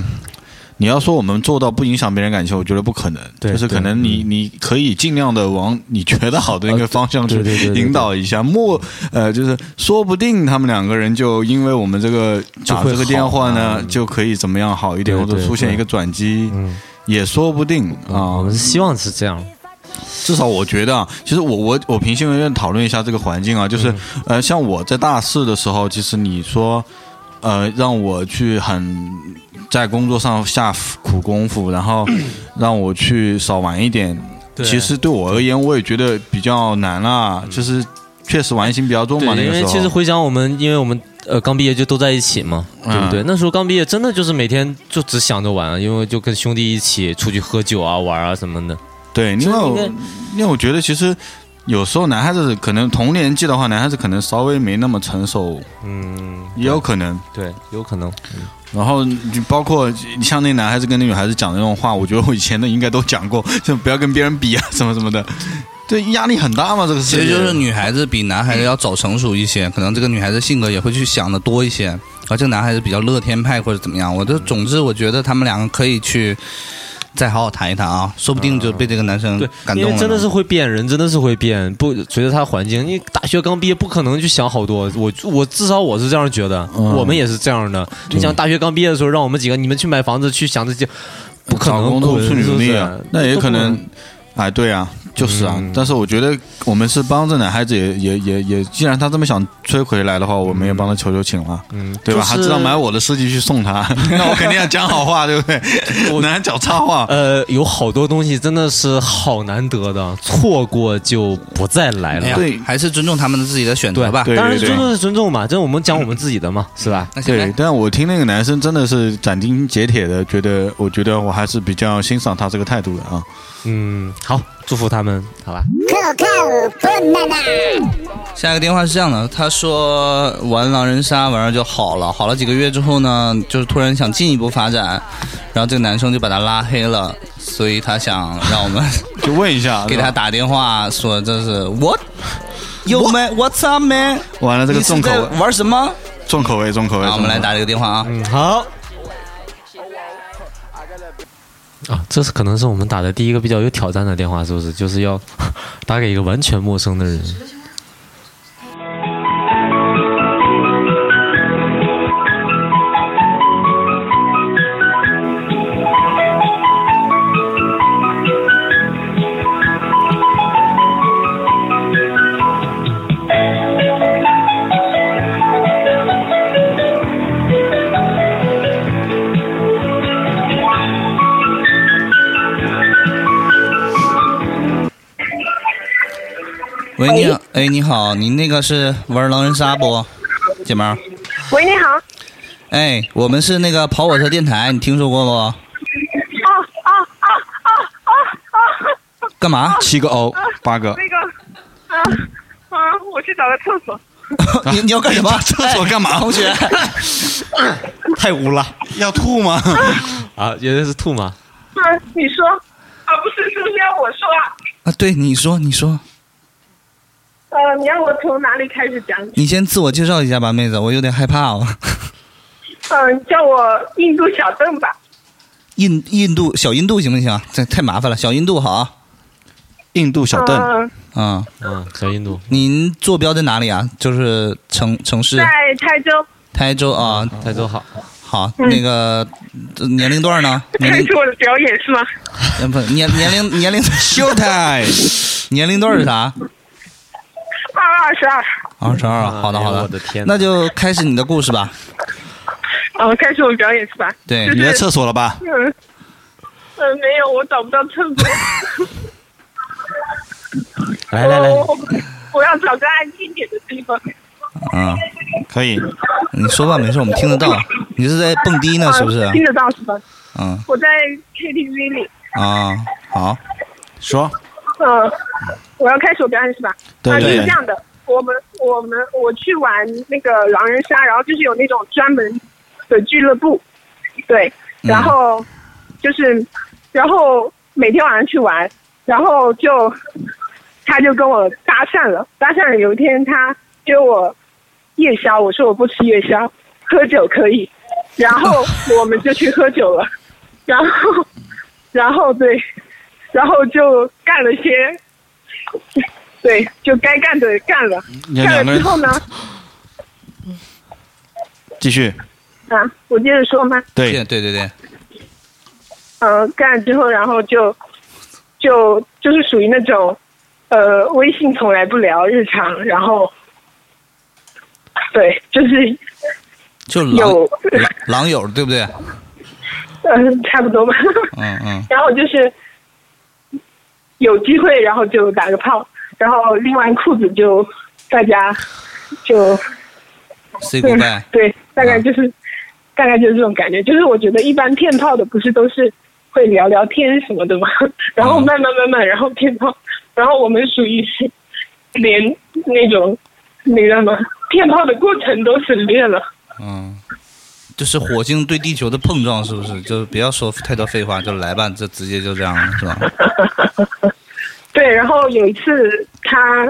你要说我们做到不影响别人感情，我觉得不可能。
对嗯
就是可能你你可以尽量的往你觉得好的那个方向去
啊对对对对对
引导一下，莫呃就是说不定他们两个人就因为我们这个
就
打
会
这个电话
好
呢
啊，
就可以怎么样好一点，
对
或者
对
出现
对
一个转机，
嗯
也说不定啊。
我们希望是这样，
至少我觉得啊，其实我我我平心而论讨论一下这个环境啊，
嗯
就是、呃，像我在大四的时候，其实你说呃让我去很在工作上下苦功夫，然 后让我去少玩一点，
对
啊
嗯
其实对我而言，我也觉得比较难啦、就是。确实玩心比较重嘛，
对，
那
因
个时
为
候。
其实回想我们，因为我们呃刚毕业就都在一起嘛，对不对？
嗯
那时候刚毕业真的就是每天就只想着玩，因为就跟兄弟一起出去喝酒啊、玩啊什么的。
对，因为我
应
因为我觉得其实有时候男孩子可能同年纪的话，男孩子可能稍微没那么成熟，
嗯，
也有可能。
对，有可能。
然后就包括像那男孩子跟那女孩子讲的那种话，我觉得我以前的应该都讲过，就不要跟别人比啊，什么什么的。对，压力很大嘛，这个事
其
情
实就是女孩子比男孩子要早成熟一些，可能这个女孩子性格也会去想的多一些，而这个男孩子比较乐天派或者怎么样。我
嗯
的总之，我觉得他们两个可以去再好好谈一谈啊，说不定就被这个男生感
嗯因
动
为
了。
真的是会变，人真的是会变，不随着他环境。你大学刚毕业，不可能去想好多。我我至少我是这样觉得，
嗯
我们也是这样的。你想大学刚毕业的时候，让我们几个你们去买房子去想这些，不可
找
能
工作
滚
处女
是不
力
是
啊，那也可能。哎，对啊，就是啊。但是我觉得我们是帮着男孩子也，也也也既然他这么想追回来的话，我们也帮他求求情了，嗯，对吧？
就是
他知道买我的设计去送 他，那我肯定要讲好话，对不对？我难讲插话。
呃，有好多东西真的是好难得的，错过就不再来
哎
了。
呀还是尊重他们自己的选择吧。
当然尊重是尊重嘛，这我们讲我们自己的嘛，是吧？
嗯那行呗
对，但我听那个男生真的是斩钉截铁的，觉得我觉得我还是比较欣赏他这个态度的啊。
嗯，好，祝福他们，好吧？
下一个电话是这样的，他说玩狼人杀玩儿就好了，好了几个月之后呢，就是突然想进一步发展，然后这个男生就把他拉黑了，所以他想让我们
就问一下，
给他打电话说这是 what you man what's up man，
完了这个
你是
重口
在
味
玩什么？
重口味，重口味。
好，我们来打这个电话啊。
嗯，好。啊，这是可能是我们打的第一个比较有挑战的电话，是不是？就是要 打给一个完全陌生的人。
喂，你好，哎，你好，你那个是玩狼人杀不，姐们儿？
喂，你好。啊
哎，我们是那个跑火车电台，你听说过不？
啊啊啊啊啊啊！
干嘛？哦
七个 O，八个
那个，啊啊！我去找个厕所。啊
你你要干什么？
厕所干 嘛？
同学，
太污了，
要吐吗？
啊，原来是吐吗？
啊，你说。啊，不是，是不是要我说啊？
啊，对，你说，你说，
呃，你让我从哪里开始讲起？
你先自我介绍一下吧，妹子，我有点害怕哦。
嗯、叫我印度小邓吧。
印印度小印度行不行？这太麻烦了，小印度好啊。
印度
小邓
呃
嗯
啊
嗯，小印度。
您坐标在哪里啊？就是城城市
在台州，
台州啊，
台州好。
好，
嗯
那个呃年龄段呢？年
开
龄
始我的表演是吗？
呃不年年龄年龄 show time，年 龄段是啥？
二二十二。
二十二，好的好的，
啊哎我的天
那就开始你的故事吧。
嗯，开始我的表演是吧？
对
就是、
你在厕所了吧？
嗯嗯、没有，我找不到 厕所。
来
哦
我我要找个安静点的地方。
嗯，
可以，
你说吧，没事，我们听得到。你是在蹦迪呢，是不是
啊？听得到是吧？
嗯
我在 KTV 里。
啊，好，
说，
嗯，我要开始我表演是吧？
对
啊，就
对
是这样的，我们我们我去玩那个狼人杀，然后就是有那种专门的俱乐部，对，
嗯
然后就是然后每天晚上去玩，然后就他就跟我搭讪了，搭讪了有一天他约我夜宵，我说我不吃夜宵，喝酒可以，然后我们就去喝酒了，然后然后对，然后就干了些，对，就该干的干了，
你
干
嗯两个
了
人
之后呢，
继续。
啊，我接着说吗？
对
对对对，
呃，干了之后，然后就就就是属于那种呃，微信从来不聊日常，然后对，就是
就狼
有
狼 狼友对不对？
呃，差不多吧。
嗯嗯，
然后就是有机会，然后就打个炮，然后拎完裤子就大家就
Say goodbye
嗯 对，大概就是、大概就是这种感觉。就是我觉得一般骗炮的不是都是会聊聊天什么的吗？ 然后慢慢慢慢，然后骗炮，然后我们属于是连那种那个什么骗炮的过程都省略了。
嗯，就是火星对地球的碰撞，是不是？就不要说太多废话，就来吧，就直接就这样了，是吧？
对，然后有一次他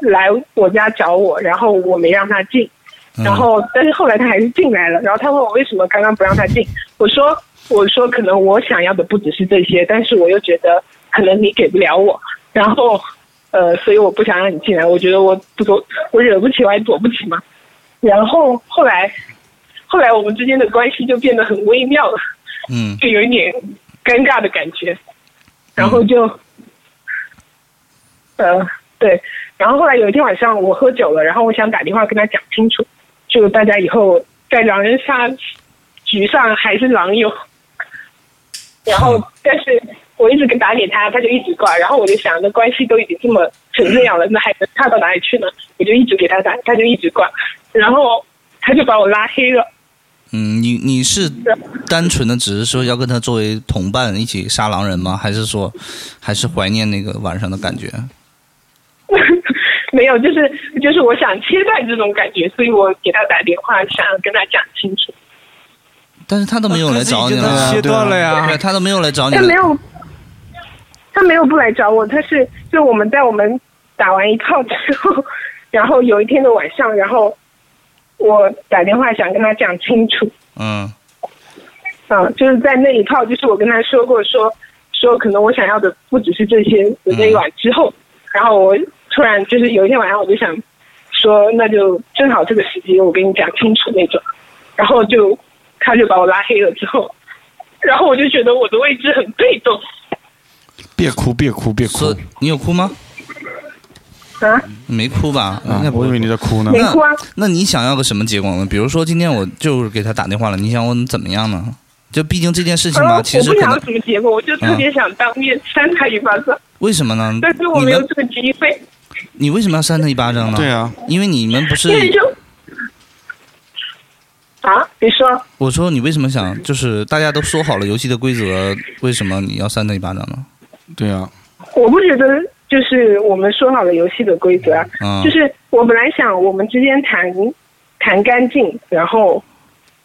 来我家找我，然后我没让他进，
嗯
然后但是后来他还是进来了，然后他问我为什么刚刚不让他进，我说我说可能我想要的不只是这些，但是我又觉得可能你给不了我，然后呃，所以我不想让你进来，我觉得我不躲，我惹不起，我还躲不起嘛。然后后来后来我们之间的关系就变得很微妙了，
嗯
就有一点尴尬的感觉，然后就。呃，对。然后后来有一天晚上我喝酒了，然后我想打电话跟他讲清楚，就大家以后在狼人杀局上还是狼友。然后， 但是我一直跟打给他，他就一直挂。然后我就想，那关系都已经这么成这样了，那还能差到哪里去呢？我就一直给他打，他就一直挂。然后他就把我拉黑了。
嗯，你你是单纯的只是说要跟他作为同伴一起杀狼人吗？还是说还是怀念那个晚上的感觉？
没有，就是就是我想切断这种感觉，所以我给他打电话，想要跟他讲清楚。
但是他都没有来找你了，
他自己就切断了呀
对啊他都没有来找你
他
了
没。有，他没有不来找我，他是就我们在我们打完一炮之后， 然后有一天的晚上，然后我打电话想跟他讲清楚，
嗯
啊，就是在那一炮，就是我跟他说过说说可能我想要的不只是这些，的那一晚之后，然后我突然就是有一天晚上我就想说那就正好这个时机，我跟你讲清楚那种，然后就他就把我拉黑了之后，然后我就觉得我的位置很被动。
别哭，别哭，别哭！
你有哭吗？
啊，
没哭吧？应该不
啊我以为你在哭呢。
那
啊
那你想要个什么结果呢？比如说今天我就是给他打电话了，你想我怎么样呢？就毕竟这件事情吧，
呃
其实
我不
可
想要
能嗯
什么结果，我就特别想当面扇他一巴掌，
为什么呢？
但是
嗯
我
你
没有
们
这个机会，
你为什么要扇他一巴掌呢？对
啊，
因为你们不是
因为就啊，你说
我说你为什么想就是大家都说好了游戏的规则，为什么你要扇他一巴掌呢？
对啊，
我不觉得就是我们说好了游戏的规则啊，
嗯
就是我本来想我们之间谈谈干净，然后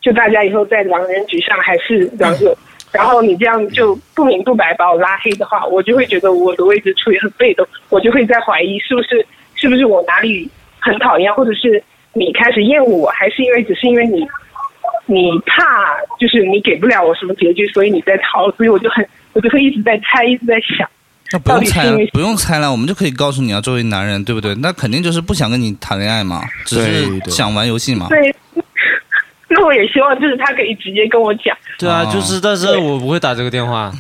就大家以后在狼人局上还是狼友。然后你这样就不明不白把我拉黑的话，我就会觉得我的位置处于很被动，我就会在怀疑是不是是不是我哪里很讨厌，或者是你开始厌恶我，还是因为只是因为你你怕就是你给不了我什么结局，所以你在逃，所以我就很我就会一直在猜，一直在想，
那不
到
用
底
猜
是
了
因为，
不用猜了，我们就可以告诉你啊，作为男人，对不对？那肯定就是不想跟你谈恋爱嘛，只
对
是
对
想玩游戏嘛。
对， 那我也希望就是他可以直接跟我讲。
对啊，
哦
就是，但是我不会打这个电话。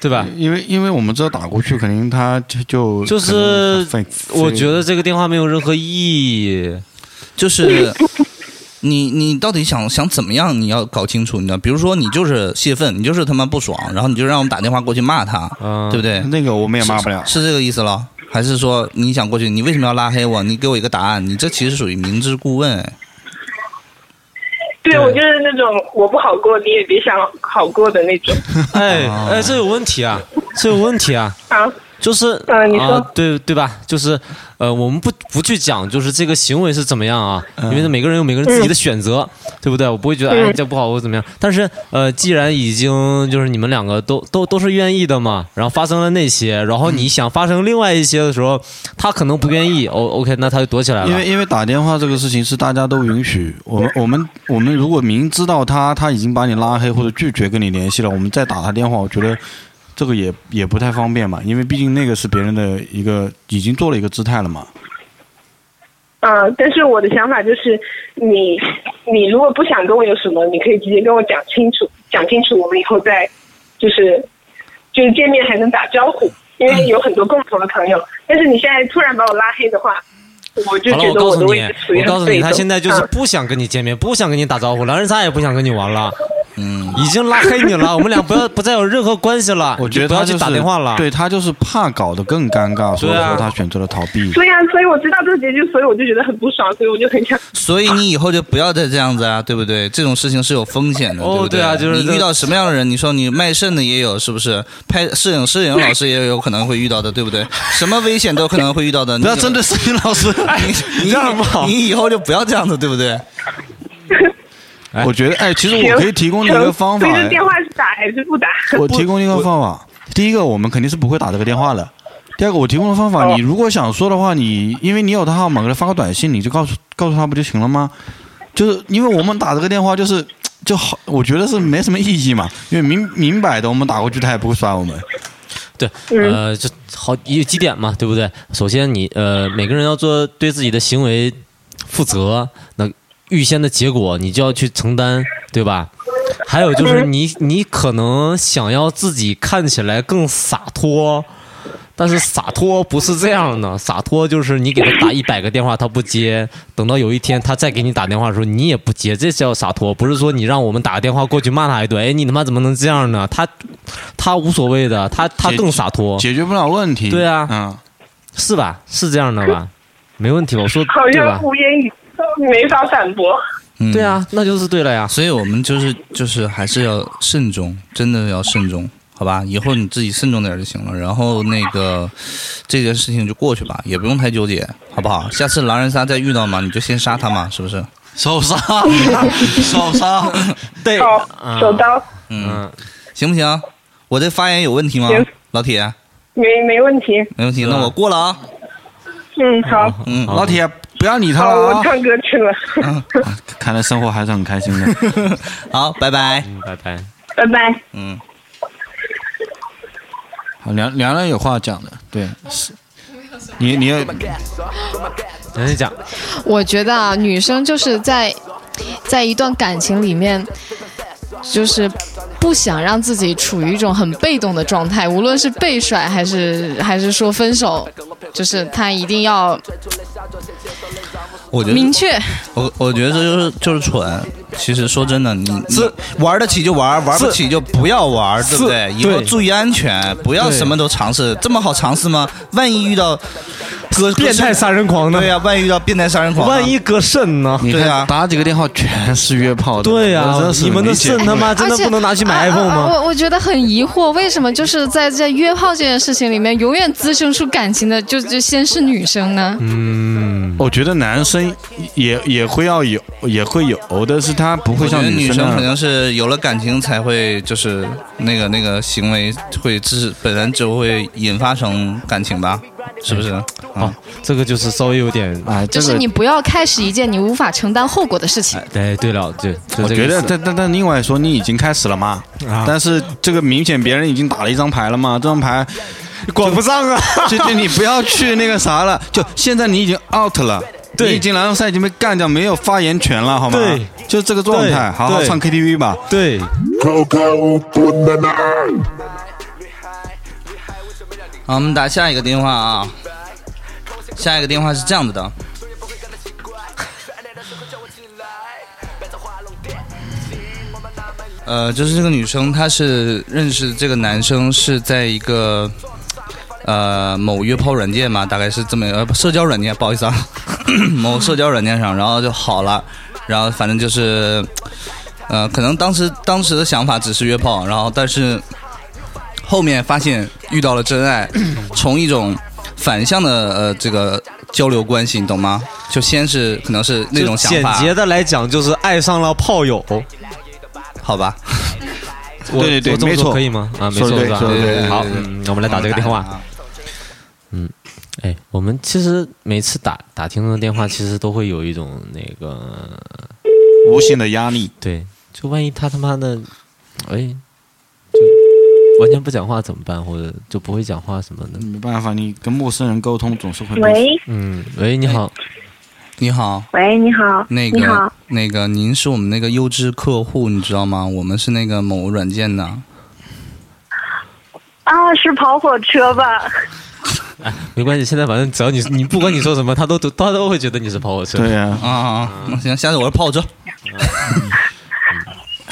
对吧？
因为因为我们知道打过去，肯定他就就
就
可能
是
反
我觉得这个电话没有任何意义，
就是你你到底想想怎么样？你要搞清楚，你知道，比如说你就是泄愤，你就是他妈不爽，然后你就让我们打电话过去骂他，
啊
对不对？
那个我们也骂不了。
是这个意思了？还是说你想过去？你为什么要拉黑我？你给我一个答案。你这其实属于明知故问。哎
对，我就是那种我不好过，你也别想好过的那种。
哎哎，这有问题啊，这有问题啊。
啊，
就是
呃，你说、
啊，对对吧？就是呃，我们不不去讲，就是这个行为是怎么样啊？
嗯
因为每个人有每个人自己的选择，对不对？我不会觉得哎
嗯
这不好或怎么样。但是呃，既然已经就是你们两个都都都是愿意的嘛，然后发生了那些，然后你想发生另外一些的时候，他可能不愿意，哦，OK，那他就躲起来了。
嗯
因为因为打电话这个事情是大家都允许，我们我们我们如果明知道他他已经把你拉黑或者拒绝跟你联系了，我们再打他电话，我觉得这个也也不太方便嘛，因为毕竟那个是别人的一个已经做了一个姿态了嘛。
啊，但是我的想法就是，你你如果不想跟我有什么，你可以直接跟我讲清楚，讲清楚，我们以后再就是就是见面还能打招呼，因为有很多共同的朋友。但是你现在突然把我拉黑的话，我就
好
觉
了，我
得
告
的
诉
位
你
置，处于
我告
很
诉
被
你，
动。
他现在就是
啊
不想跟你见面，不想跟你打招呼，狼人杀也不想跟你玩了。
嗯，
已经拉黑你了，我们俩不要不再有任何关系了。
我觉得
不
他
要
就
去
是
打电话了。
对他就是怕搞得更尴尬，所以
对啊
说他选择了逃避。
对呀、所以我知道这个结局，所以我就觉得很不爽，所以我就很想。
所以你以后就不要再这样子啊，对不对？这种事情是有风险的，
哦
对不
对啊就是
你遇到什么样的人，你说你卖肾的也有，是不是？拍摄影摄影老师也有可能会遇到的，对不对？什么危险都可能会遇到的。
不要
你
针对摄影老师，
你 你这样不好，你以后就不要这样子，对不对？
我觉得哎，其实我可以提供你一个方法
所以
哎
这电话是打还是不打？
我提供一个方法，第一个我们肯定是不会打这个电话的。第二个，我提供的方法，你如果想说的话，你因为你有他号码，给他发个短信，你就告诉告诉他不就行了吗？就是因为我们打这个电话，就是就好，我觉得是没什么意义嘛，因为明明摆的，我们打过去他也不会刷我们。
对，呃，就好有几点嘛，对不对？首先你呃，每个人要做对自己的行为负责，那预先的结果你就要去承担，对吧？还有就是你你可能想要自己看起来更洒脱。但是洒脱不是这样的，洒脱就是你给他打一百个电话他不接，等到有一天他再给你打电话的时候你也不接，这叫洒脱。不是说你让我们打个电话过去骂他一顿，哎，你他妈怎么能这样呢？他他无所谓的，他他更洒脱，
解决不了问题。
对啊，
嗯，
是吧？是这样的吧？没问题吧？我说
好
对吧
像？无言以没法反驳。
对啊，那就是对了呀。
嗯所以我们就是就是还是要慎重，真的要慎重，好吧？以后你自己慎重点就行了。然后那个这件事情就过去吧，也不用太纠结，好不好？下次狼人杀再遇到嘛，你就先杀他嘛，是不是？
手杀，手杀，
对，
手刀
嗯，行不行？我这发言有问题吗
行？
老铁，
没没问题。
没问题，那我过了啊。
嗯，好，
嗯，
老铁，不要理他
好，
了
我
啊！
唱歌去了，
嗯
看来生活还是很开心的。
好，拜拜，
嗯拜拜。
拜拜。
嗯，
好，凉凉凉有话讲的，对，是，你你 也，
人家讲，
我觉得啊，女生就是在在一段感情里面，就是不想让自己处于一种很被动的状态，无论是被甩还是还是说分手，就是她一定要
我觉得
明确。
我我觉得这就是就是蠢。其实说真的，你你玩得起就玩，玩不
是
起就不要玩，对不对？
是
以后
对
注意安全，不要
对
什么都尝试。这么好尝试吗？万一遇到割
变态杀人狂呢
对呀、万一遇到变态杀人狂呢，啊
万一割肾呢？
你
对啊
看打几个电话全是约炮的，
对呀
我真是
你们的
理解
肾他妈
而且啊啊啊我我觉得很疑惑，为什么就是在在约炮这件事情里面，永远滋生出感情的就就先是女生呢？
嗯，我觉得男生也也会要有，也会有，但是他不
我
会
觉
像
得女
生
生
那
可
样
能是有了感情才会，就是那个那个行为会致本来就会引发成感情吧，是不是？
啊，这个就是稍微有点
啊，
就
这
是你不要开始一件你无法承担后果的事情。
哎，对了，对，就
我
这个
觉
意
得，
思
但但但另外说，你已经开始了嘛？
啊
但是这个明显别人已经打了一张牌了嘛，这张牌
管不上啊！
就 就你不要去那个啥了，就现在你已经 out 了，
对
你已经篮球赛已经被干掉，没有发言权了，好吗？
对，
就这个状态，
对
好好
对
唱 KTV 吧。
对，
好，我们打下一个电话啊。下一个电话是这样子的。呃，就是这个女生，她是认识这个男生是在一个呃某约炮软件嘛，大概是这么呃不社交软件，不好意思啊， 某社交软件上，然后就好了，然后反正就是呃，可能当时当时的想法只是约炮，然后但是后面发现遇到了真爱，从一种反向的呃这个交流关系，你懂吗？就先是可能是那种想
简
法，
洁的来讲，就是爱上了炮友。
好吧？
我
对对对
我这么
没
说
错
可以吗？啊，没错，
说得对
是吧
说得对对对
好，
对对对
嗯，我们来打这个电话。哎，我们其实每次打打听众的电话，其实都会有一种那个，
无形的压力，
对，就万一他他妈的，哎，就完全不讲话怎么办，或者就不会讲话什么的。
没办法，你跟陌生人沟通总是会。
喂
嗯，喂，你好，
你好，
喂，你好，
那
你好
个，那个，您是我们那个优质客户，你知道吗？我们是那个某软件的，
啊，是跑火车吧？
没关系，现在反正只要你你不管你说什么，他都都他都会啊觉得你是跑火车。
对呀、
啊，行，下次我是泡车。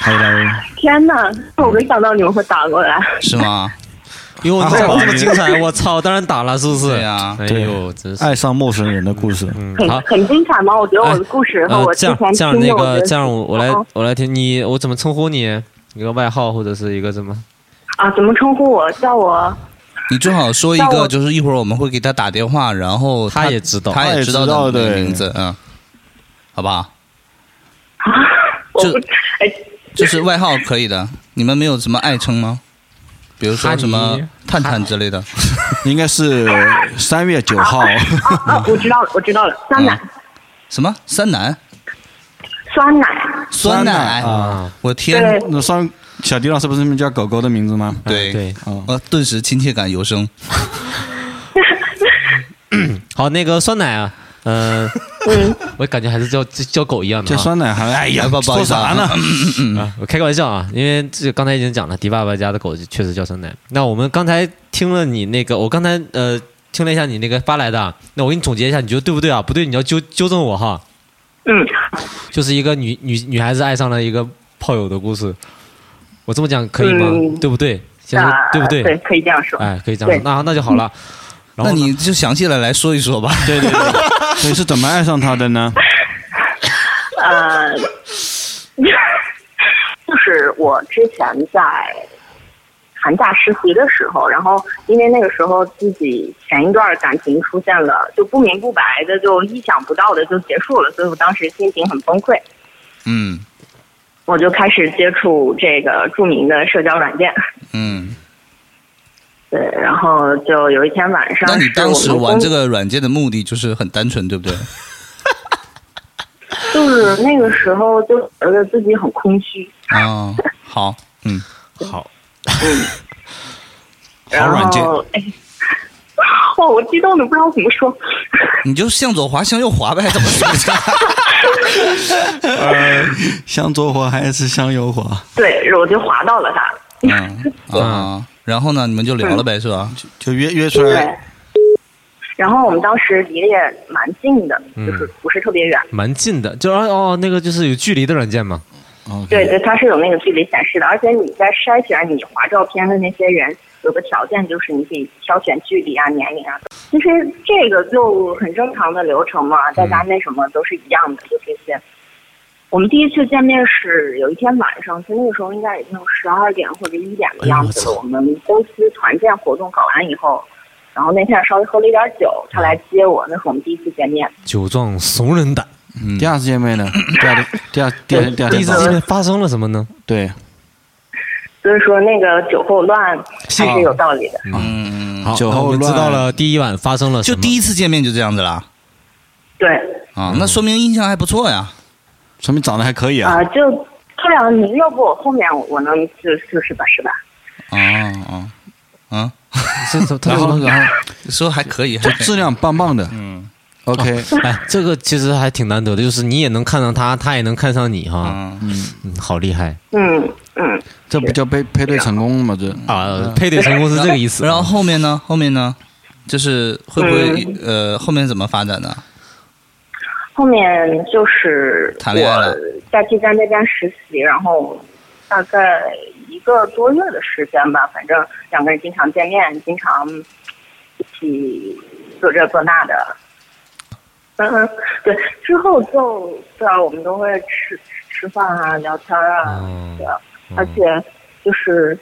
Hello，
哎
天哪，我没想到你们会打过来。
是吗？
因为
还
我
好吧
讲的这么
你
精彩，啊我操，当然打了，是不是？对
呀，
哎
对
呦，真是。嗯
爱上陌生人的故事，
很
好
很精彩吗？我觉得我的故事和
呃
我，之
这样
前
这样
听
那
的，我觉
个
得
这样我我来
哦
我来听你，我怎么称呼你？一个外号或者是一个什么？
啊，怎么称呼我？叫我
你正好说一
那
个，
我
就是一会儿我们会给他打电话，然后他
他也知道
他
他
也
也
知道
知道
你的
对
名字，嗯，好吧，
啊
我不哎，
就是外号可以的。你们没有什么爱称吗？比如说什么
哈尼
探探之类的？
应该是三月九号。
啊，我知道了，我知道了，酸奶，
什么三男
酸奶，
酸奶
啊！
我天
对，
那酸小迪老师不是你们家狗狗的名字吗？哦
对
对，
呃，顿时亲切感油生。
好，那个酸奶啊，嗯， 我感觉还是叫叫狗一样的啊。
叫嗯酸奶还哎呀
不不好意思啊
说啥 呢
啊我开个玩笑啊，因为这刚才已经讲了，迪爸爸家的狗确实叫酸奶。那我们刚才听了你那个，我刚才呃听了一下你那个发来的啊，那我给你总结一下，你觉得对不对啊？不对，你要纠纠正我哈。
嗯，
就是一个女女女孩子爱上了一个炮友的故事，我这么讲可以吗？
嗯
对不对？先说
啊
对不对？
对，可以这样说。
哎，可以这样说，那那就好了。然
那
后呢
你就详细的来说一说吧。
对对 对，你是怎么爱上他的呢？
呃，就是我之前在寒假实习的时候，然后因为那个时候自己前一段感情出现了，就不明不白的，就意想不到的就结束了，所以我当时心情很崩溃，
嗯
我就开始接触这个著名的社交软件。
嗯，
对，然后就有一天晚上，
那你当时
是我们
玩
公
这个软件的目的就是很单纯，对 不对？
就是呃那个时候就觉得自己很空虚，
啊，好，嗯，
好，
然
软 件
后哎，哇，我激动的不知道怎么说。
你就向左滑，向右滑呗，怎么说？
呃向左滑还是向右滑？
对，我就划到了他。
嗯啊，然后呢，你们就聊了呗，是吧？
就约约出
对。然后我们当时离得也蛮近的，
嗯，
不是特别远。
蛮近的，就是哦，那个就是有距离的软件嘛。
对对，它是有那个距离显示的，而且你在筛选你划照片的那些人，有个条件就是你可以挑选距离啊、年龄啊。其实这个就很正常的流程嘛，在
嗯
家那什么都是一样的，就这些。我们第一次见面是有一天晚上，就那个时候应该已经十二点或者一点的样子
哎呦我
了。
操
我们公司团建活动搞完以后，然后那天稍微喝了一点酒，他来接我，那是我们第一次见面。
酒壮怂人胆。
第二次见面呢？第二天第二第二第二
第一次见面
天
发生了什么呢？
对，
所以说那个酒后乱还是有道理的。
嗯，
好，
酒
那
后
我们知
乱
道了第一晚发生了什
就
么，
第一次见面就这样子啦。
对
啊，那说明印象还不错呀，
说明长得还可以
啊、。就这两个你要不我后面我能就就是吧是吧？
啊啊啊！
这这这
然后然后
说还可 以，
就
还可以
质量棒棒的。
嗯
OK，
哎，这个其实还挺难得的，就是你也能看上他，他也能看上你哈，
嗯，
嗯，好厉害
嗯嗯，
这不叫配配对成功了吗？这
啊！配对成功是这个意思。
然后后面呢？后面呢？就是会不会呃，后面怎么发展呢？
后面就是
谈恋爱了
我在这家那边实习，然后大概一个多月的时间吧，反正两个人经常见面，经常一起做这做那的。嗯嗯，对，之后就对啊，我们都会吃吃饭啊，聊天啊，对啊，而且就是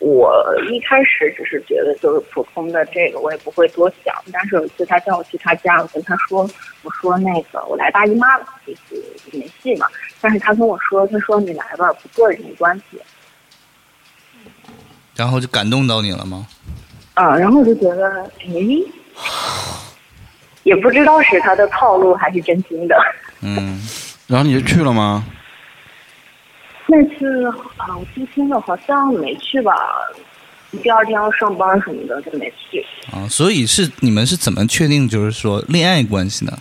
我一开始只是觉得就是普通的这个，我也不会多想。但是有一次他叫我去他家，我跟他说，我说那个我来大姨妈了，就是没戏嘛。但是他跟我说，他说你来吧，不做也没关系。
然后就感动到你了吗？
啊，然后我就觉得，哎，也不知道是他的套路还是真心的。
嗯，
然后你就去了吗？
那次啊，我记清了，好像没去吧。第二天要上班什么的就没去。
啊，所以是你们是怎么确定就是说恋爱关系呢？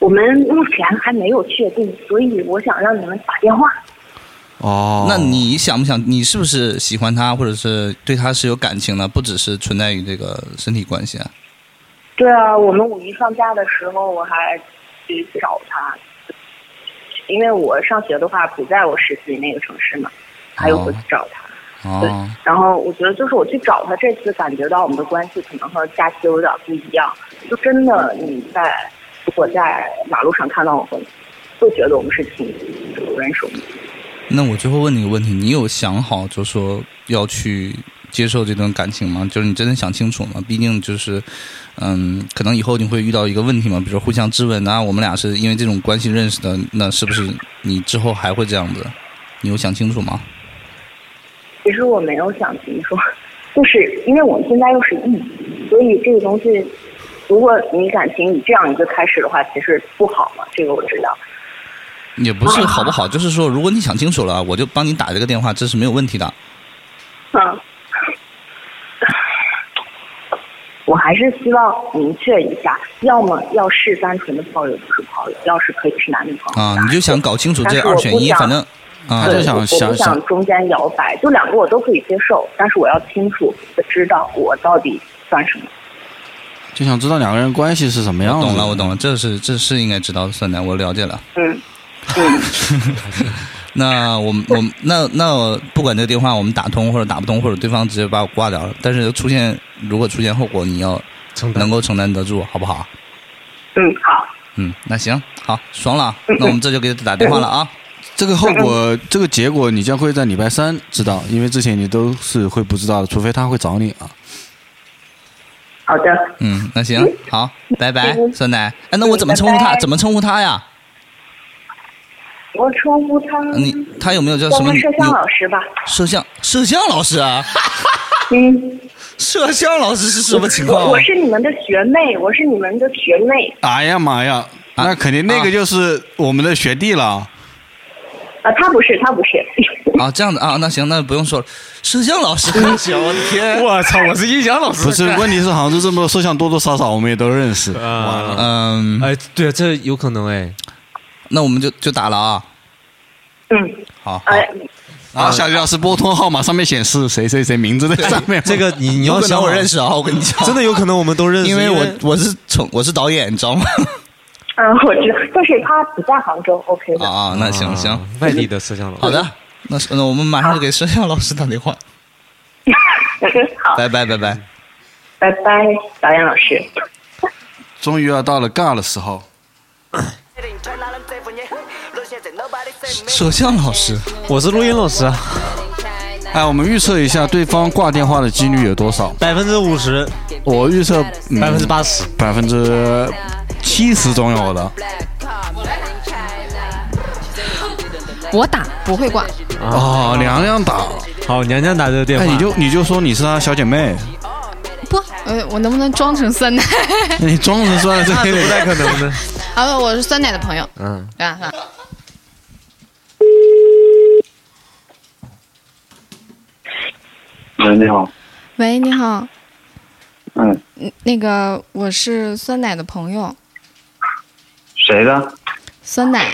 我们目前还没有确定，所以我想让你们打电话。
哦，
那你想不想？你是不是喜欢他，或者是对他是有感情的？不只是存在于这个身体关系啊？
对啊，我们五一放假的时候我还去找他，因为我上学的话不在我市区那个城市嘛，还有回去找他。
哦，
然后我觉得就是我去找他这次，感觉到我们的关系可能和假期有点不一样。就真的你在如果在马路上看到我会，会觉得我们是情侣，不认识我们。
那我最后问你一个问题，你有想好就说要去接受这段感情吗？就是你真的想清楚吗？毕竟就是，嗯，可能以后你会遇到一个问题嘛，比如说互相质问啊，我们俩是因为这种关系认识的，那是不是你之后还会这样子？你有想清楚吗？
其实我没有想清楚，就是因为我们现在又是异地，所以这个东西，如果你感情以这样一个开始的话，其实不好嘛，这个我知道。
也不是好不好，就是说，如果你想清楚了，我就帮你打这个电话，这是没有问题的。
嗯，我还是希望明确一下，要么要是单纯的炮友就是炮友，要是可以是男女朋友。
啊，你就想搞清楚这
但是
二
我
选
不
一，
想
反正啊，
对我我不想中间摇摆，就两个我都可以接受，但是我要清楚的知道我到底算什么。
就想知道两个人关系是什么样子。
懂了，我懂了，这是这是应该知道的，算的，我了解了。
嗯，
那我们我们那那不管这个电话我们打通或者打不通，或者对方直接把我挂掉了，但是出现如果出现后果，你要能够承担得住，好不好？
嗯，好。
嗯，那行，好，爽了啊，那我们这就给他打电话了啊。
这个后
嗯
果，这个结果你将会在礼拜三知道，因为之前你都是会不知道的，除非他会找你啊。
好的，
嗯，那行，好，拜拜，
嗯
酸奶。哎，那我怎么称呼
拜
他？
拜
怎么称呼他呀？
我称呼他，
啊你他有没有叫
叫
什么
他
女？
摄像
女
老 师吧。
摄像摄像老师啊？
嗯，
摄像老师是什么情况啊？
我我是你们的学妹，我是你们的学妹
哎呀妈呀，
啊
那肯定那个就是我们的学弟了。
啊，她不是，她不是。
啊，这样子啊，那行，那不用说了。摄像老师， 行，我的天，我操，我是音响老
不是，问题是杭州这么多摄像多多少少我们也都认识。
嗯，
哎，对，这有可能哎。
那我们就就打了啊。
嗯，
好。
哎，
啊，小李老师拨通号码上面显示谁谁谁名字在上面。
哎这个你 你要
有可
想
能我
好
认识啊，我跟你讲，
真的有可能我们都认识，
因为
因
我
为
我是从我是导演，你知 道吗？
嗯，我知道，但是她不在杭州，OK 的。
啊，那行行，
外地的摄像老师。
好的，那是那我们马上就给摄像老师打电话，
好，
拜拜拜拜。
拜拜，导演老师。
终于要到了尬的时候，
摄像老师，
我是录音老师啊，
哎，我们预测一下对方挂电话的几率有多少？
百分之五十，
我预测嗯
百分之八十，
百分之七十总有的。
我打不会挂，
哦，娘娘打，
啊好，娘娘打这个电
哎，你就你就说你是他小姐妹，
不，呃，我能不能装成酸奶？
那你装成算了，这
那是不太可能的。
啊，我是酸奶的朋友，
嗯，
对吧？
喂，你好，
喂，你好，
嗯，
嗯那个我是酸奶的朋友，
谁的？
酸奶，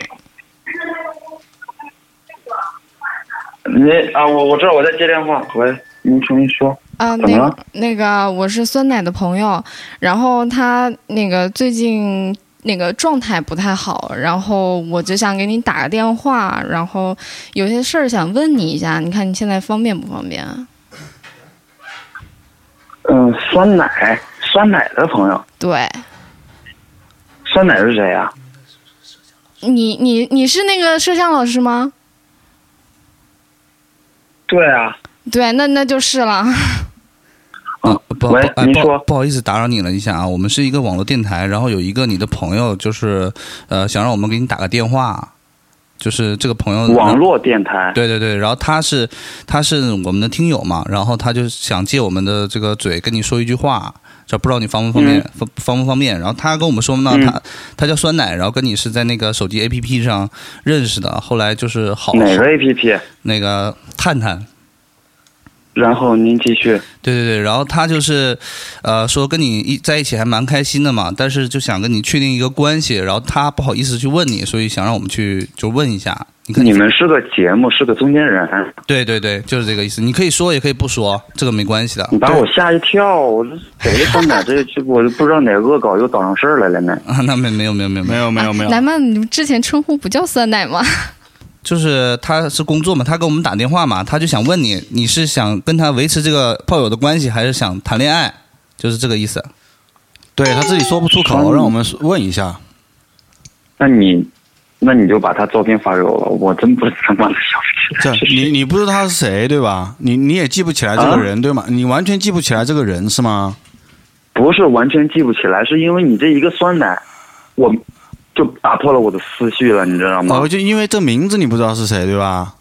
你啊，我我知道我在接电话，喂，您重新说，
啊，
怎么
那
了
个那个，我是酸奶的朋友，然后他那个最近那个状态不太好，然后我就想给你打个电话，然后有些事儿想问你一下，你看你现在方便不方便啊？
嗯，酸奶，酸奶的朋友，
对，
酸奶是谁啊呀、
你你你是那个摄像老师吗？
对啊，
对，那那就是了。
啊，不好，
喂
哎
您
不好
说
不好意思打扰你了一下啊，我们是一个网络电台，然后有一个你的朋友就是呃想让我们给你打个电话，就是这个朋友
网络电台，
对对对，然后他是他是我们的听友嘛，然后他就想借我们的这个嘴跟你说一句话，这不知道你方不方便，方方不方便？然后他跟我们说呢，
嗯
他他叫酸奶，然后跟你是在那个手机 APP 上认识的，后来就是好
哪个 APP？
那个探探
然后您继续。
对对对，然后他就是，呃，说跟你一在一起还蛮开心的嘛，但是就想跟你确定一个关系，然后他不好意思去问你，所以想让我们去就问一下。你看
你们是个节目，是个中间人，
对对对，就是这个意思。你可以说，也可以不说，这个没关系的。
你嗯把我 吓一跳，我这贼他妈这这，我都不知道哪恶搞又找上事儿来了呢。
啊，那没没有没有没有没有没有没
来嘛，你们之前称呼不叫酸奶吗？
就是他是工作嘛，他给我们打电话嘛，他就想问你，你是想跟他维持这个炮友的关系，还是想谈恋爱？就是这个意思。
对他自己说不出口，让我们问一下。
那你，那你就把他照片发给我吧，我真不是他妈的想。
这你你不知道他是谁对吧？你你也记不起来
啊
这个人、对吗？你完全记不起来这个人是吗？
不是完全记不起来，是因为你这一个酸奶，我就打破了我的思绪了，你知道吗？
哦，就因为这名字你不知道是谁对吧？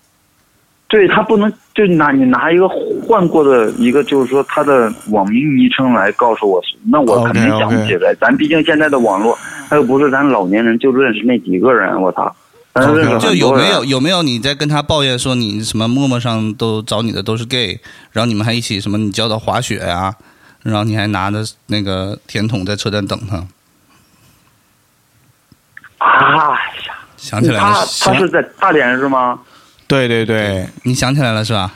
对他不能就拿你拿一个换过的一个，就是说他的网名昵称来告诉我，那
哦
我肯定
OK，OK
想不起来。咱毕竟现在的网络，他又不是咱老年人就认识那几个人，我操，咱认
就
识很
有
多人。
没有有没有你在跟他抱怨说你什么陌陌上都找你的都是 gay，然后你们还一起什么你教他滑雪呀、然后你还拿着那个甜筒在车站等他，
啊呀？
想起来
他
了，
他是在大连是吗？
对对对，
你想起来了是吧？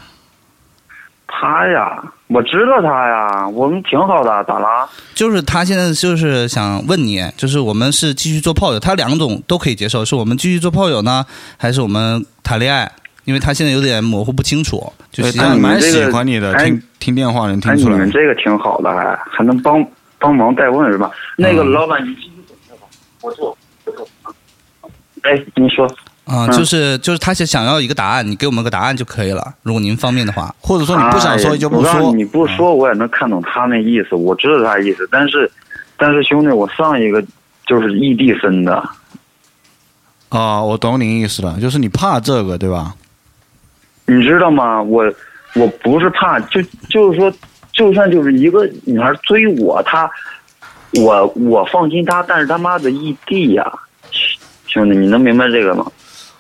他呀，我知道他呀，我们挺好的，咋啦？
就是他现在就是想问你，就是我们是继续做炮友，他两种都可以接受，是我们继续做炮友呢，还是我们谈恋爱？因为他现在有点模糊不清楚，就
对
是
他蛮喜欢你的，
哎
听听电话能
哎，
听
你
出来
们。这个挺好的，还还能帮帮忙代问是吧？那个老板，你继续准备吧，我做我做。哎，您说，
啊、
嗯
就是就是他是想要一个答案，你给我们个答案就可以了。如果您方便的话，
或者
哎我告诉你不说我也能看懂他那意思，我知道他意思，但是但是兄弟，我上一个就是异地生的，
啊、我懂你意思了，就是你怕这个对吧？
你知道吗？我我不是怕，就就是说，就算就是一个女孩追我，她我我放心她，但是他妈的异地呀、兄弟，你能明白这个吗？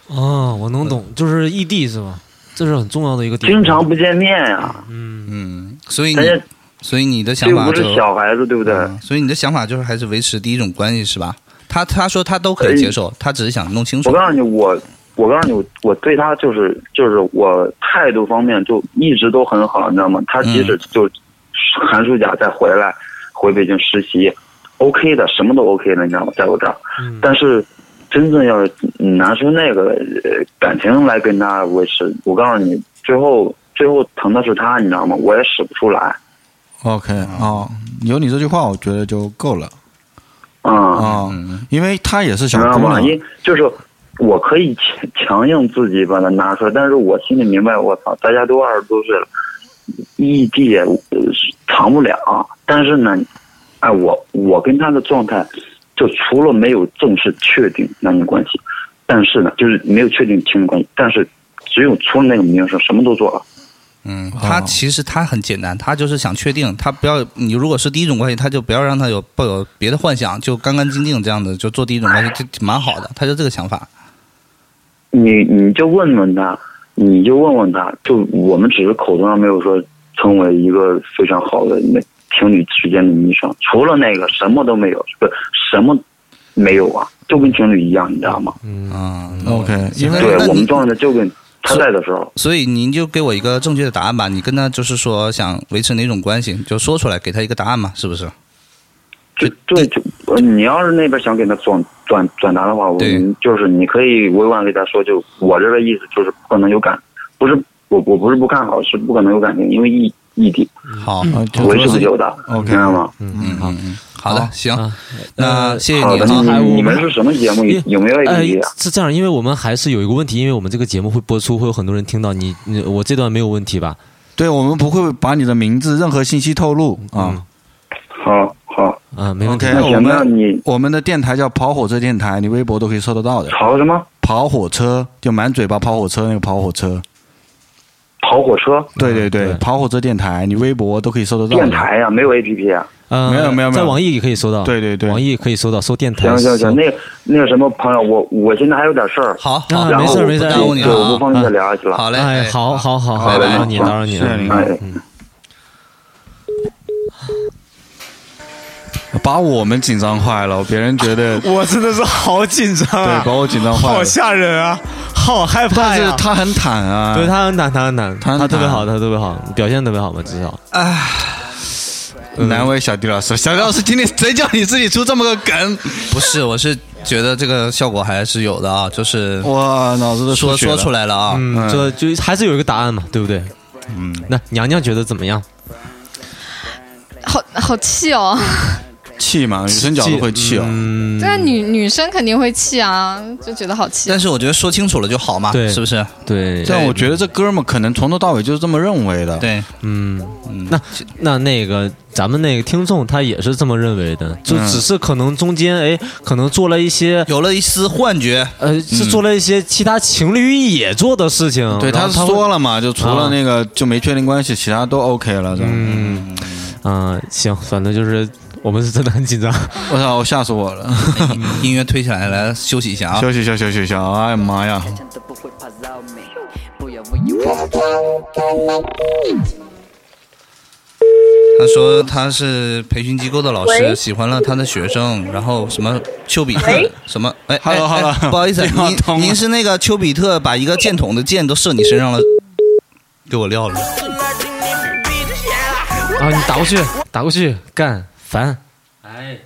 哦，我能懂，就是异地是吧？这是很重要的一个点。
经常不见面啊呀、
所以
人家
你所以你的想法就
这
嗯
不是小孩子对不对？
所以你的想法就是还是维持第一种关系是吧？他他说他都可以接受，他只是想弄清楚
我。告诉你，我我告诉你，我我对他就是就是我态度方面就一直都很好，你知道吗？他即使就寒暑假再回来回北京实习，OK 的，什么都 OK 的，你知道吗？在我这儿，但是真正要是拿出那个呃感情来跟他维持，我告诉你，最后最后疼的是他，你知道吗？我也使不出来。
OK 啊、有你这句话，我觉得就够了
啊
啊、因为她也是啊小
你知道
姑
吗？
娘，
因就是我可以强强硬自己把它拿出来，但是我心里明白，我操，大家都二十多岁了，异地呃藏不了。但是呢，哎，我我跟他的状态，就除了没有正式确定男女关系，但是呢，就是没有确定情侣关系，但是只有出了那个名声，什么都做了。
嗯，他其实他很简单，他就是想确定，他不要你如果是第一种关系，他就不要让他有抱有别的幻想，就干干净净这样子就做第一种关系，就挺蛮好的。他就这个想法。
你你就问问他，你就问问他，就我们只是口头上没有说成为一个非常好的那情侣之间的昵称，除了那个什么都没有，不什么没有啊，就跟情侣一样，你知道吗？
嗯
，OK，
因为
对
那
我
你
们状态就跟他在的时候，
所以您就给我一个正确的答案吧。你跟他就是说想维持哪种关系，就说出来，给他一个答案嘛，是不是？
就对就呃你要是那边想给他转转转达的话，我们就是你可以委婉给他说，就我这个意思就是不可能有感，不是我我不是不看好，是不可能有感情，因为异异地，
好
维持不久的，
OK
知道吗？
嗯嗯嗯，好的，行，那谢谢
呃好
你
的，
啊。
你们是什么节目？有有没有 A
呃
P P 啊？
是这样，因为我们还是有一个问题，因为我们这个节目会播出，会有很多人听到你。你我这段没有问题吧？
对我们不会把你的名字任何信息透露啊。
好好，
啊，没问题
OK，
那
我
行
们
那
我们的电台叫跑火车电台，你微博都可以搜得到的。
跑什么？
跑火车，就满嘴巴跑火车那个跑火车。
跑火车
对对对，跑火车电台，你微博都可以搜得到的。
啊电台呀、没有 A P P 啊？
呃，
没有没有没有
在网易也可以搜到，对对对，网易可以搜到，搜电台。
行行
搜
行，那个那个什么朋友，我我现在还有点事儿。
好，
啊
然
没
后
事儿没事儿
我
耽误你了
对
啊
我不方便再聊下去了。
好嘞，
哎，好好好好，打扰你，打扰你。嗯
哎
把我们紧张坏了，别人觉 得
我真的是好紧张啊，
对把我紧张坏了
好吓人啊，好害怕
但
呀、
是
他很坦啊
对他很坦，他很坦，
他很
他特别
坦
好，他特别好，表现特别好嘛，至少。
呃
难为小迪老师。小迪老师今天谁叫你自己出这么个梗？
不是，我是觉得这个效果还是有的啊，就是
哇，脑子都
说
出血
说出来了啊，
嗯，这就还是有一个答案嘛，对不对？
嗯，
那娘娘觉得怎么样？
好好气哦！
气嘛，女生角都会气哦。
嗯，
但是女女生肯定会气啊，就觉得好气。
但是我觉得说清楚了就好嘛，
对
是不是？
对
但我觉得这哥们儿可能从头到尾就是这么认为的。
对，
嗯，那那那个咱们那个听众他也是这么认为的，就
嗯
只是可能中间哎，可能做了一些
有了一丝幻觉，
呃，是
嗯
做了一些其他情侣也做的事情。
对，嗯
然
他啊
后他
说了嘛，就除了那个就没确定关系，其他都 OK 了。
嗯，啊、行，反正就是我们是真的很紧张。
我操，我吓死我了！
音乐推起来，来休息一下啊，
休息一下，休息一下。哎呀妈呀！
他说他是培训机构的老师，
喂
喜欢了他的学生，然后什么丘比特
喂
什么哎
Hello，
哎哎
hello
不好 意思，
电话通
您
了
您是那个丘比特把一个箭筒的箭都射你身上了，给我撂了。
啊，你打过去，打过去，干，烦。哎，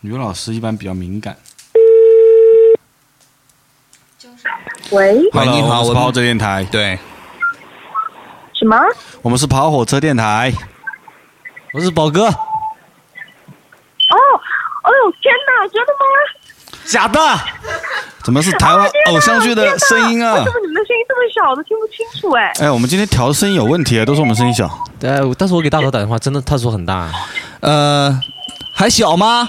女老师一般比较敏感。
喂，
喂，你好，我
我
们是跑火车电台。
对，
什么？哦
我们是跑火车电台。
我是宝哥。
哦，哎呦天哪，真的吗？
假的？
怎么是台湾
哦天哪
偶像剧的声音啊
为什？么你们的声音这么小，我都听不清楚哎？
哎，我们今天调的声音有问题啊，都是我们声音小。
哎，但是我给大头打电话，真的，他说很大。
呃，还小吗？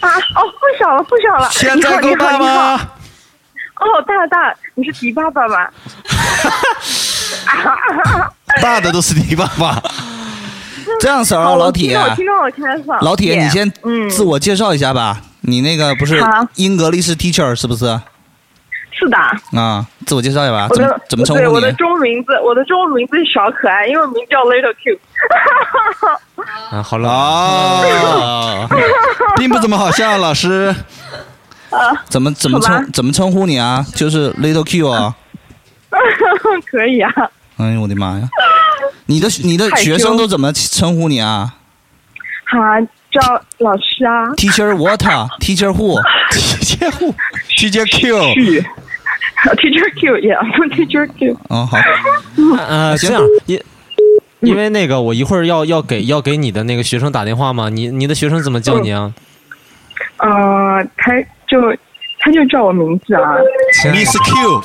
啊，哦，不小了，不小了。
现在够大吗
你好？你好你好哦，大大，你是迪爸爸 吧？
大的都是你爸爸。
这样式儿啊，
哦
老铁
我听到我听到我开放。
老铁，你
Yeah，
先
嗯，
自我介绍一下吧。你那个不是
好
英格力士 teacher 是不是？
是的。
啊，自我介绍一下吧。
我
怎么
的
怎么称
对，
呼
我的
你？啊
中文名字，我的中文名字是小可爱，英文名叫 Little Q。
啊，好了
啊，并不怎么好笑，老师。
啊，
怎么怎么
好吧
称怎么称呼你啊？就是 little Q 啊。
可以啊。
哎呦我的妈呀！你的你的
害羞
学生都怎么称呼你啊
哈，叫老师 啊，
？Teacher what？Teacher who？Teacher
who？Teacher
Q。
Teacher Q 也 Teacher Q。嗯
哦，好。啊
呃，这样因因为那个我一会儿要要给要给你的那个学生打电话嘛，你你的学生怎么叫你啊？
呃，他就他就叫我名字啊。
Miss Q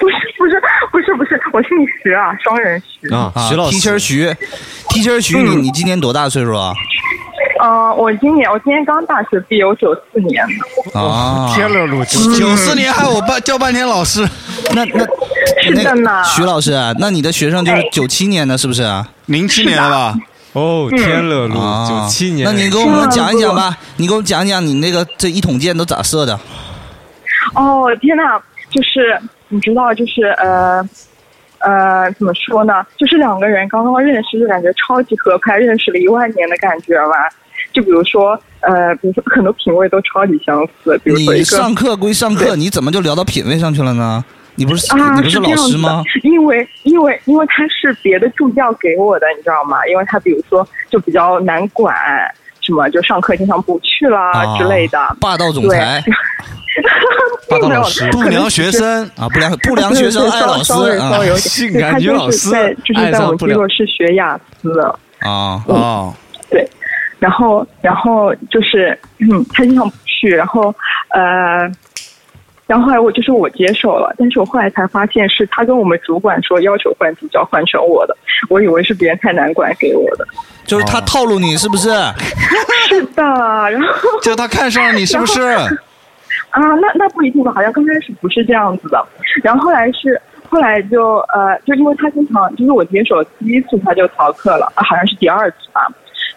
不是不是不是不是，我姓徐啊，双人徐。
啊徐老师
，Teacher 徐，Teacher 徐，你
嗯
你今年多大岁数啊？
呃，我今年我今年刚大学毕业，我九四年的。
啊，
天了噜叽
九四年害我半叫半天老师。
那那
是
嗯
的
嗯
呢
那徐老师，啊那你的学生就是
哎
九七年的，是不是？
零七年的吧？
哦，
嗯天
乐路
啊
97年
那你给我们讲一讲吧，你给我们讲一讲你那个这一桶箭都咋射的？
哦，天呐，就是你知道，就是呃。呃，怎么说呢？就是两个人刚刚认识，就感觉超级合拍，认识了一万年的感觉吧。就比如说，呃，比如说很多品味都超级相似，比如说一
你
个
上课归上课，你怎么就聊到品味上去了呢？你不是
啊，
你不
这
老
样
师
子
吗？
的？因为因为因为他是别的助教给我的，你知道吗？因为他比如说就比较难管，什么就上课经常不去啦、
啊
之类的。
霸道总裁，
并没有，
不良学生啊，不良不良 学生爱老师
稍微稍
啊
微有点，对他就是在就是在我们嗯机构是学雅思的，
啊
哦，
对，然后然后就是嗯，他经常不去，然后呃。然后后来我就是我接受了，但是我后来才发现是他跟我们主管说要求换助教换成我的，我以为是别人太难管给我的。
就是
哦
他套路你是不 是？
是的，然后
就他看上了你是不是？
啊，那那不一定吧，好像刚开始不是这样子的，然后后来是后来就呃，就因为他经常，就是我接手第一次他就逃课了，啊好像是第二次吧。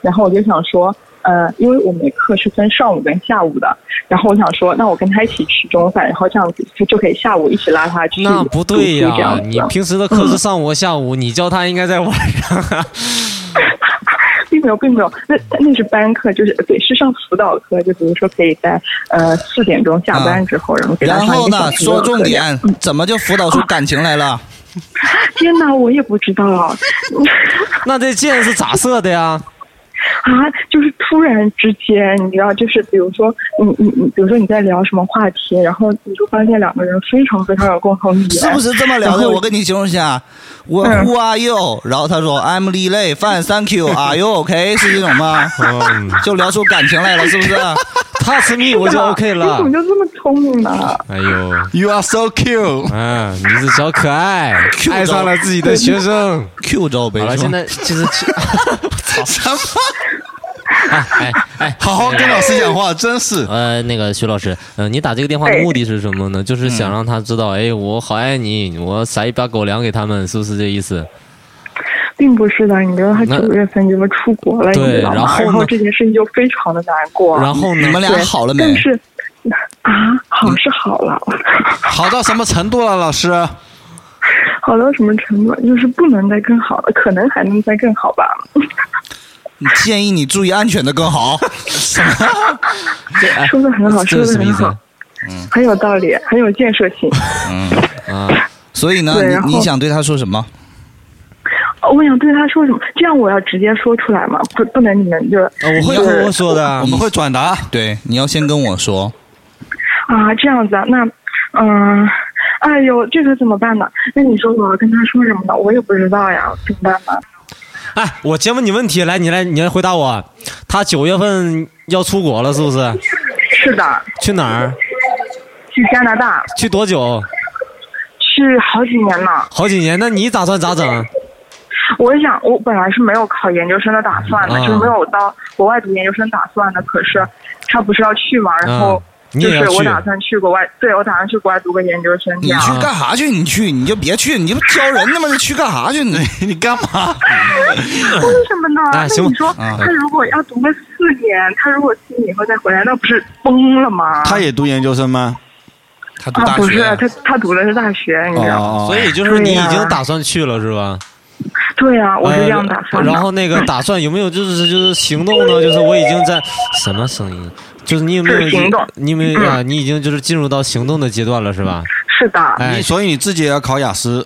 然后我就想说，呃，因为我们的课是分上午跟下午的，然后我想说，那我跟他一起吃中饭，然后这样子就就可以下午一起拉他去读书。
那不对
这样
呀！
子
你平时的课是上午和下午，你教他应该在晚上啊。
并没有，并没有，那那是班课，就是对，是上辅导课，就比如说可以在呃四点钟下班之后，然后给他
啊然
上一
后
个小
呢，
时
说
的
重
课这样
点，怎么就辅导出感情来了？
天哪，我也不知道 啊。
那这箭是咋射的呀？
啊，就是突然之间，你知道，就是比如说，你你你，比如说你在聊什么话题，然后你就发现两个人非常非常有共同语言，
是不是这么聊
然
的？
后
我跟你形容一下，我
嗯
Who are you？然后他说 I'm Lily Fine Thank you Are you OK？是这种吗？就聊出感情来了，是不是
？Touch me，我就 OK
你怎么就这么聪明呢、
哎呦
，You are so cute。
嗯，你是小可爱
Q
爱上了自己的学生。
Q 招呗。
好了，
是
现
吗
在其实
什么？
哎哎，
好好跟老师讲话，真是。
呃，那个徐老师，呃，你打这个电话
哎
的目的是什么呢？就是想让他知道，哎，我好爱你，我撒一把狗粮给他们，是不是这意思？
并不是的，你知道他
那
九月份就要出国了，你
对
知道吗？
然
然
后呢
这件事情就非常的难过。
然后呢你们俩
对
好了没
但是啊，
嗯
好是好了，
好到什么程度了，老师？
好到什么程度？就是不能再更好了，可能还能再更好吧。
建议你注意安全的更好。什么？
说的 很好，
这
说
是
的
什么
很
意思
好，很有道理，很有建设性。
嗯啊，所以呢，
对然后
你你想对他说什么？
哦我想对他说什么？这样我要直接说出来吗？不，不能你们就是、
哦
就是
说的，呃啊我
们会转达。
对，你要先跟我说。
啊，这样子啊，那嗯、哎呦，这可怎么办呢？那你说我要跟他说什么呢？我也不知道呀，怎么办呢？
哎，我先问你问题，来，你来，你来回答我。他九月份要出国了，是不是？
是的，
去哪儿？
去加拿大，
去多久？
去好几年了。
好几年？那你打算咋整？
我想，我本来是没有考研究生的打算的，
啊
就没有到国外读研究生打算的。可是他不是要去嘛，然后
啊你
就
也要
是我
去
打算去国外，对我打算去国外读个研究生。啊
你去干？啥去？你去你就别去，你就挑人他妈的去干啥去？你 你干嘛？
为什么呢？
哎
那
行吧
你说
啊
他如果要读个四年，他如果四年以后再回来，那不是崩了吗？
他也读研究生吗？他
啊，不是他，他读的是大学，你
哦
知道吗？
所以就是你已
对
经
呀
打算去了，是吧？
对啊，我是这样打算的。
呃。然后那个打算有没有就是就是行动呢？就是我已经在什么声音？就是你有没有
是行动嗯
你有没有啊？你已经就是进入到行动的阶段了，是吧？
是的，
哎，
所以你自己也要考雅思。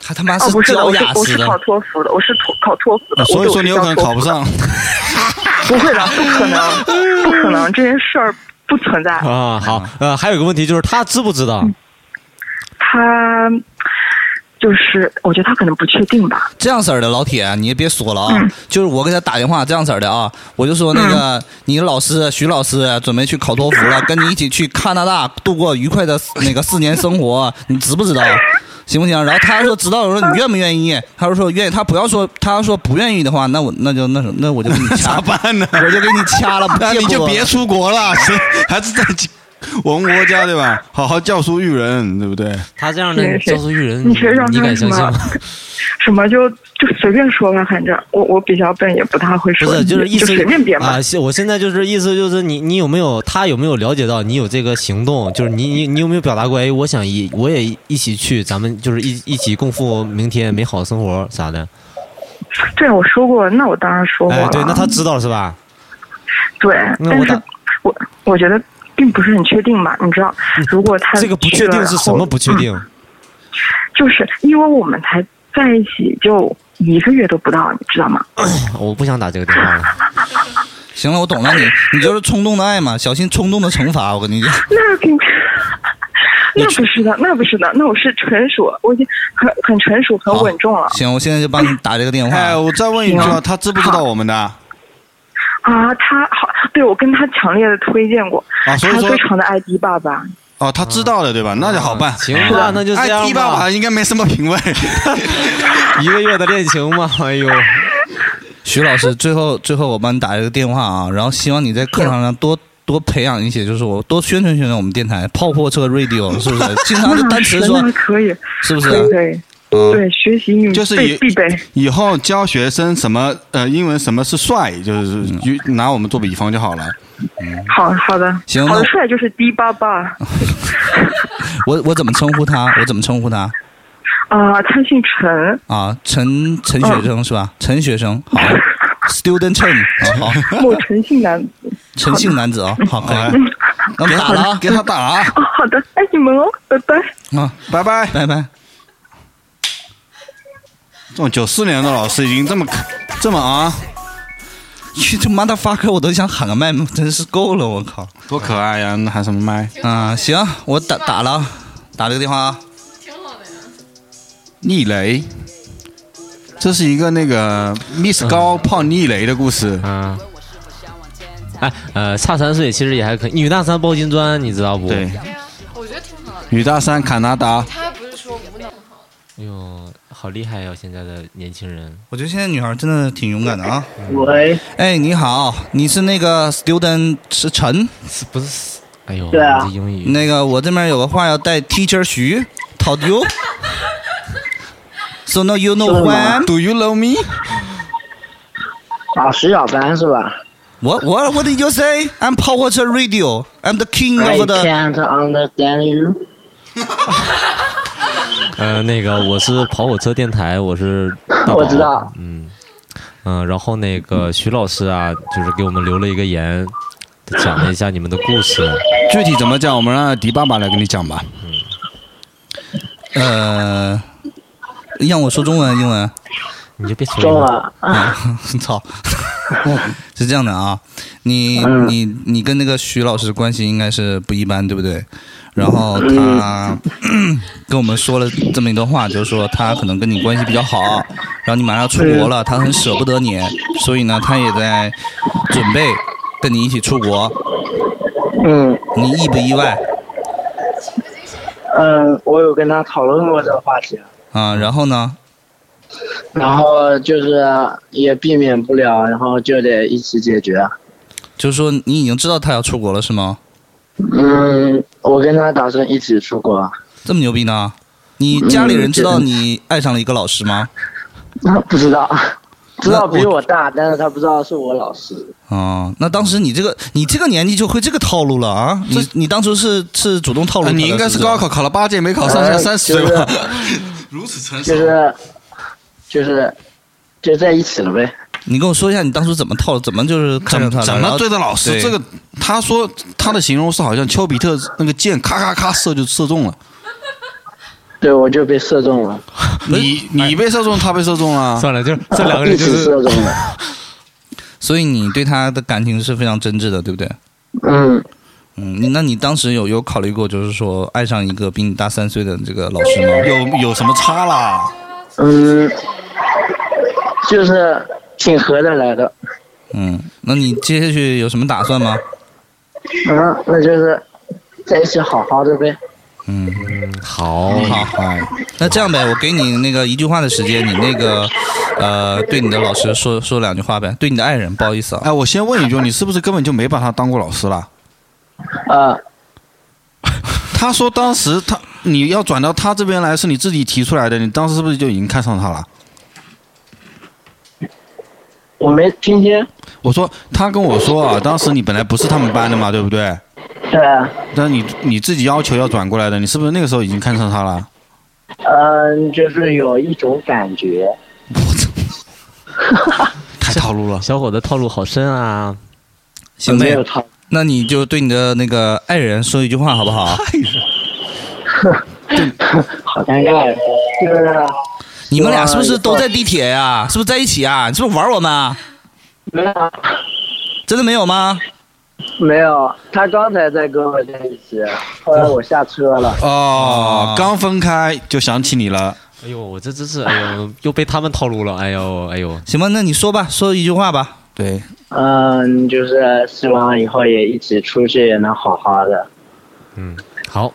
他他妈
哦，不是的，我是我是考托福的，我是托考托福的，
所以
呃我
说你有可能考不上。
不会的，不 可能，不可能，这件事儿不存在。
啊，好，呃，还有一个问题就是他知不知道？
嗯他就是，我觉得他可能不确定吧。
这样式儿的，老铁，你也别说了啊，就是我给他打电话这样式儿的啊，我就说那个、你老师徐老师准备去考托 福了，跟你一起去加拿大度过愉快的那个四年生活，你知不知道？行不行？然后他说知道，我说你愿不愿意？他就说愿意。他不要说，他要说不愿意的话，那我那就那什那我就给你掐
办呢？
我就给你掐了，
那
借
你
不
就
我
别
了
出国了，谁 还是在我们国家对吧？好好教书育人，对不对？
他这样
是
的
是
教书育人，
你谁让
你
他
敢
什
相信
么
吗？
什么就就随便说吧，反正我我比较笨，也不大会说，
不是，呃就是意思
随便编吧。
啊！现我现在就是意思就是你你有没有他有没有了解到你有这个行动？就是你你你有没有表达过？哎，我想一我也一起去，咱们就是一一起共赴明天美好生活啥的。
对，我说过，那我当然说过了。
哎，对，那他知道了是吧？
对，
那
但
我
是
打
我我觉得并不是很确定嘛，你知道，如果他
嗯这个不
去
确
了
定是
然
什
后嗯
么不确定？
就是因为我们才在一起就一个月都不到，你知 道吗？
我不想打这个电话了。
行了，我懂了你，你就是冲动的爱嘛，小心冲动的惩罚。我跟你讲，
那肯那不是的，那不是的，那我是成熟，我已经很很成熟、
哦
很稳重了
行，我现在就帮你打这个电话。
哎，我再问一句啊，他知不知道我们的？
啊。他好，对我跟他强烈的推荐过，
啊所以
他
说
非常的爱迪爸爸。
哦，他知道的对吧？那就好办。
嗯行吧那就这样吧
哎，迪爸爸应该没什么品 味。
一个月的恋情嘛，哎呦，
徐老师，最后最后我帮你打一个电话啊，然后希望你在课堂上多多培养一些，就是我多宣传宣传我们电台爆破车 radio，是不是？经常就单词 说
那可以，
是不是
可以可以，
嗯
对，学习英语
就是
必
以
必备。
以后教学生什么呃英文什么是帅，就是就拿我们做比方就好了。
好好的，
行
好的
那
帅就是低巴巴
我我怎么称呼他？我怎么称呼他？
啊，他姓 陈，
啊，陈陈学生是吧？陈学生，好，student Chen，啊好，
某陈姓男子。
陈姓男子啊，好，可以，那我们打了啊，
给他打了啊。
哦，好的，爱你们哦，拜拜。
啊，
拜拜，
拜拜。
这种九四年的老师已经这么这么 啊，
去这 motherfucker，我都想喊个麦，真是够了，我靠！
多可爱呀，那喊什么麦？
啊，行，我打打了啊，打了个电话啊。
逆雷，这是一个那个 Miss 高泡逆雷的故事。
嗯，哎，呃，差三岁其实也还可以，女大三抱金砖，你知道不？对，
啊
女大三卡纳达，
他不是说无脑
哎呦，好厉害呀、现在的年轻人。
嗯我觉得现在女孩真的挺勇敢的啊。
喂，
哎，你好，你是那个 student 是陈？是
不是？哎呦
对啊
那个我这边有个话要带 teacher 徐 讨丢。So now you know
说什么
why? Do you love me?
啊，徐小凡是吧？
What what what did you say? I'm Power Trip Radio. I'm the king
I
of the.
can't understand you。
呃，那个我是跑火车电台，我是
啊
大宝
我知道，
嗯，然后那个徐老师啊，就是给我们留了一个言，讲了一下你们的故事。
具体怎么讲，我们让迪爸爸来跟你讲吧。
嗯
呃，让我说中文英文？
你就别
说中文
啊！ 操！是这样的啊，你
嗯
你你跟那个徐老师关系应该是不一般，对不对？然后他
嗯
跟我们说了这么一段话，就是说他可能跟你关系比较好，然后你马上要出
嗯
国了，他很舍不得你，所以呢，他也在准备跟你一起出国。
嗯，
你意不意外
嗯，我有跟他讨论过这个话题，
啊？
嗯
然后呢？
然后就是也避免不了，然后就得一起解决。
就是说你已经知道他要出国了是吗？
嗯，我跟他打算一起出国。啊
这么牛逼呢？你家里人知道你爱上了一个老师吗？
那啊不知道，知道比
我
我大，但是他不知道是我老师。
啊，那当时你这个你这个年纪就会这个套路了啊？你你当初是是哎主动套路他
嗯啊
的、
你应该是
不
高考考了八届没考上，现在三十岁吧？
啊如此成
就是就是就在一起了呗。
你跟我说一下你当初怎么套，怎么就是看上他了
怎
然后
么对的老师？这个他说他的形容是好像丘比特那个箭咔咔咔射就射中了，
对，我就被射中了。
你你被射中，他被射 中了。
算了，就是
这两个人 就是一起射中了。
所以你对他的感情是非常真挚的，对不对？
嗯
嗯，你那你当时有有考虑过，就是说爱上一个比你大三岁的这个老师吗？
有有什么差啦？
嗯，就是挺合得来的。
嗯，那你接下去有什么打算吗？
嗯，那就是在一起好好的呗。
嗯，
好
好
哎
那这样呗，我给你那个一句话的时间，你那个呃，对你的老师说说两句话呗，对你的爱人，不好意思啊。
哎，我先问一句，你是不是根本就没把他当过老师啦？
啊，
他说当时他你要转到他这边来是你自己提出来的，你当时是不是就已经看上他了？
我没听清。
我说他跟我说啊，当时你本来不是他们班的嘛，对不对？
对啊，
但你你自己要求要转过来的，你是不是那个时候已经看上他了？
嗯，就是有一种感觉。
太套路了，
小伙子套路好深啊！
行呗
没有，
那你就对你的那个爱人说一句话 好不好？
哎
好尴尬呀，就是
你们俩是不
啊
是都在地铁呀、是不是在一起啊？你是不是玩我们啊？
没有啊，
真的没有吗？
没有。他刚才在跟我在一起，后来我下车了。
哦，刚分开就想起你了。
哎呦，我这真是，哎呦，又被他们套路了，哎呦，哎呦，
行吧，那你说吧，说一句话吧。
对，
嗯，就是希望以后也一起出去也能好好的。
嗯，好，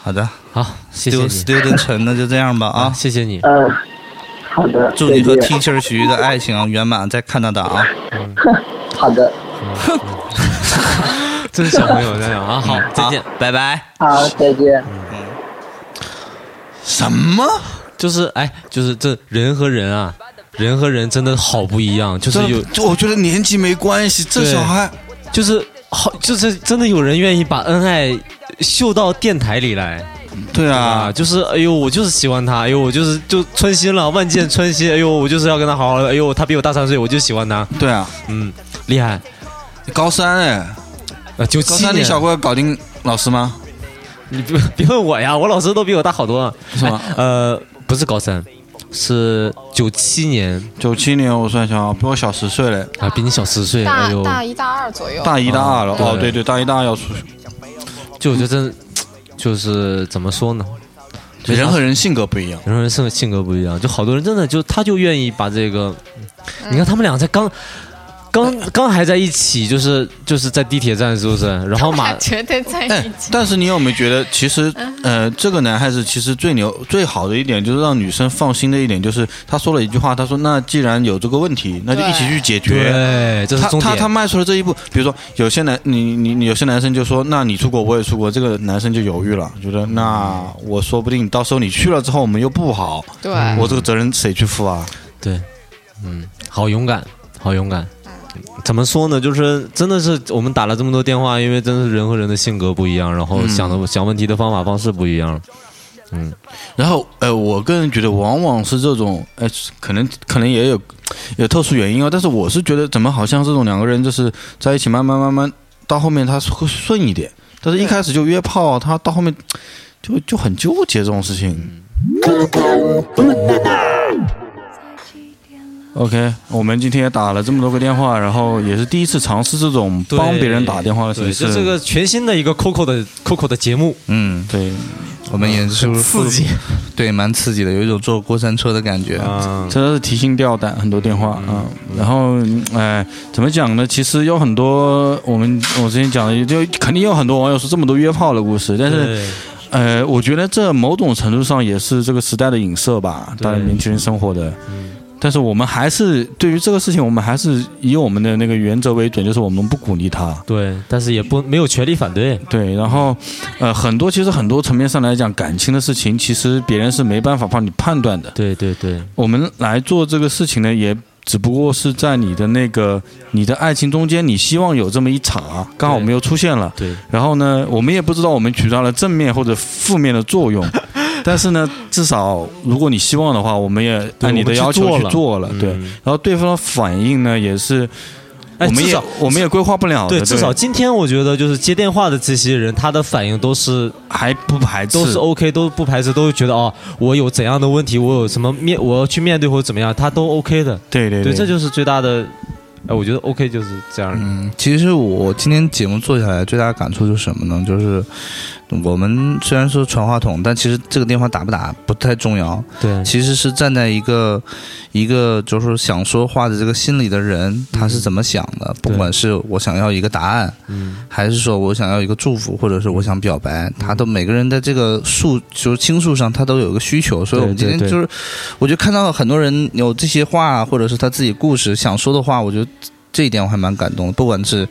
好的，
好，谢谢
Stu-
你
Student 陈，那就这样 吧啊！
谢谢你，
嗯，好的，
祝你和
再见
Teacher 徐的啊爱情圆满，在加拿大啊！
好的。
真是 小朋友，真的
嗯
啊！好，再见，拜拜。
好，再见。
什么？
就是哎，就是这人和人啊，人和人真的好不一样，就是有
这我觉得年纪没关系，这
对
小孩
就是好，就是真的有人愿意把恩爱秀到电台里来。
对
啊，就是哎呦，我就是喜欢他，哎呦，我就是就穿心了，万箭穿心，哎呦，我就是要跟他好好的，哎呦，他比我大三岁，我就喜欢他。
对啊，
嗯，厉害，
高三哎，
啊，九
高
七
三你
年
小过搞定老师吗？
你别 别问我呀，我老师都比我大好多。
是吗？
呃，不是高三，是九七年。
九七年我算一下啊，比我小十岁嘞，
啊，比你小十岁
大大一大二左右，
大一大二了，
嗯
哦对对，大一大二要出去，
就我觉得真的，就是怎么说呢？
人和人性格不一样，
人和人性性格不一样，就好多人真的就他就愿意把这个，你看他们俩在刚。刚刚还在一起，就是就是在地铁站，是不是？呃然后马
他绝对在一起。
但是你有没有觉得，其实呃，这个男孩子其实最牛、最好的一点，就是让女生放心的一点，就是他说了一句话，他说：“那既然有这个问题，那就一起去解决。”
对这是重
他他
点
他迈出了这一步。比如说，有些男你你你有些男生就说：“那你出国，我也出国。”这个男生就犹豫了，觉得那我说不定到时候你去了之后，我们又不好，
对
我这个责任谁去负啊？
对，嗯，好勇敢，好勇敢。怎么说呢？就是真的是我们打了这么多电话，因为真的是人和人的性格不一样，然后
嗯
想的、想问题的方法方式不一样。嗯，
然后，呃，我个人觉得，往往是这种，呃，可能可能也有有特殊原因啊。但是我是觉得，怎么好像这种两个人就是在一起，慢慢慢慢到后面他会顺一点，但是一开始就约炮啊，他到后面就就很纠结这种事情。OK，我们今天也打了这么多个电话，然后也是第一次尝试这种
对
帮别人打电话的形
对，
式。
这是个全新的一个 Coco 的 Coco 的节目。
嗯，
对，
我们也是
很刺激，
对，蛮刺激的，有一种坐过山车的感觉。
真的是提心吊胆，很多电话啊、嗯然后，哎、怎么讲呢？其实有很多我们我之前讲的，就肯定有很多网友说这么多约炮的故事，但是
对，
呃，我觉得这某种程度上也是这个时代的影射吧，大家年轻人生活的。但是我们还是对于这个事情，我们还是以我们的那个原则为准，就是我们不鼓励他。
对，但是也不没有权利反对。
对，然后，呃，很多其实很多层面上来讲，感情的事情，其实别人是没办法帮你判断的。
对对对，
我们来做这个事情呢，也只不过是在你的那个你的爱情中间，你希望有这么一场啊，刚好我们又出现了。
对。
然后呢，我们也不知道我们起到了正面或者负面的作 用，但是呢，至少如果你希望的话，我们也
对
按你的要求
我
去
们去
做
做
了
了。嗯
对。然后对方的反应呢，也是。
哎
我们
至
也
少
我们也规划不了的，
对，
对，
至少今天我觉得就是接电话的这些人，他的反应都是
还不排
都是 OK，都不排斥，都觉得哦，我有怎样的问题，我有什么面，我要去面对或者怎么样，他都 OK 的。
对对
对，这就是最大的，哎，我觉得 OK 就是这样。
嗯，其实我今天节目做下来最大的感触就是什么呢？就是我们虽然说传话筒，但其实这个电话打不打不太重要。
对
其实是站在一个一个就是想说话的这个心里的人，他是怎么想的？不管是我想要一个答案，
嗯，
还是说我想要一个祝福，或者是我想表白，他都每个人在这个诉就是倾诉上，他都有一个需求。所以我们今
对对
天
对
就是，我就看到很多人有这些话，或者是他自己故事想说的话，我觉得这一点我还蛮感动的。不管是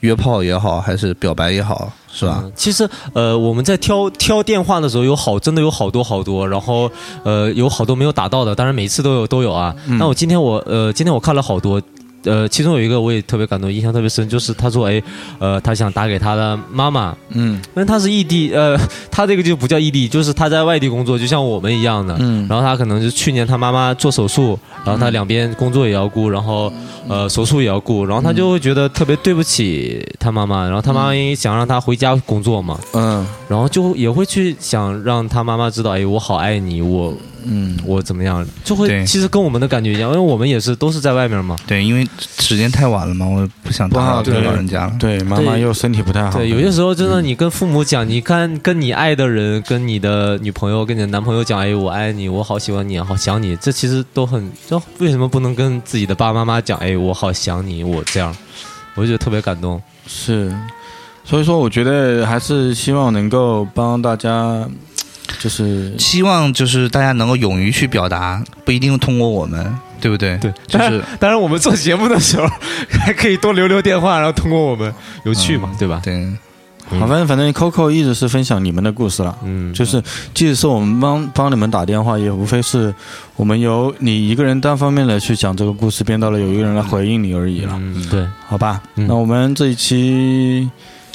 约炮也好，还是表白也好，是吧？
其实，呃，我们在挑挑电话的时候，有好真的有好多好多，然后呃，有好多没有打到的，当然每次都有都有啊。那、我今天我呃，今天我看了好多，呃，其中有一个我也特别感动，印象特别深，就是他说，哎，呃，他想打给他的妈妈，
嗯，
因为他是异地，呃，他这个就不叫异地，就是他在外地工作，就像我们一样的。
嗯
然后他可能就去年他妈妈做手术，然后
嗯
他两边工作也要顾，然后呃手术也要顾，然
嗯
后他就会觉得特别对不起他妈妈，然后他妈妈因为想让他回家工作嘛，
嗯，
然后就也会去想让他妈妈知道，哎，我好爱你，我
嗯，
我怎么样，就会
对
其实跟我们的感觉一样，因为我们也是都是在外面嘛。
对，因为时间太晚了嘛，我不想打扰
不好对
老人家了。
对，妈妈又身体不太好，
对，有些时候真的，你跟父母讲，你看跟你爱的人、跟你的女朋友、跟你的男朋友讲，哎，我爱你，我好喜欢你，好想你，这其实都很，就为什么不能跟自己的爸爸妈妈讲，哎，我好想你，我这样，我就觉得特别感动。嗯
是，所以说我觉得还是希望能够帮大家，就是
希望就是大家能够勇于去表达，不一定通过我们。对不对？对，就
当
是
然，当然我们做节目的时候 还可以多留留电话，然后通过我们有趣嘛，对吧？嗯
对。
嗯好，反正反正 Coco 一直是分享你们的故事了，嗯，就是即使是我们帮帮你们打电话，也无非是我们由你一个人单方面的去讲这个故事，变到了有一个人来回应你而已了，
嗯，对，
好吧，那我们这一期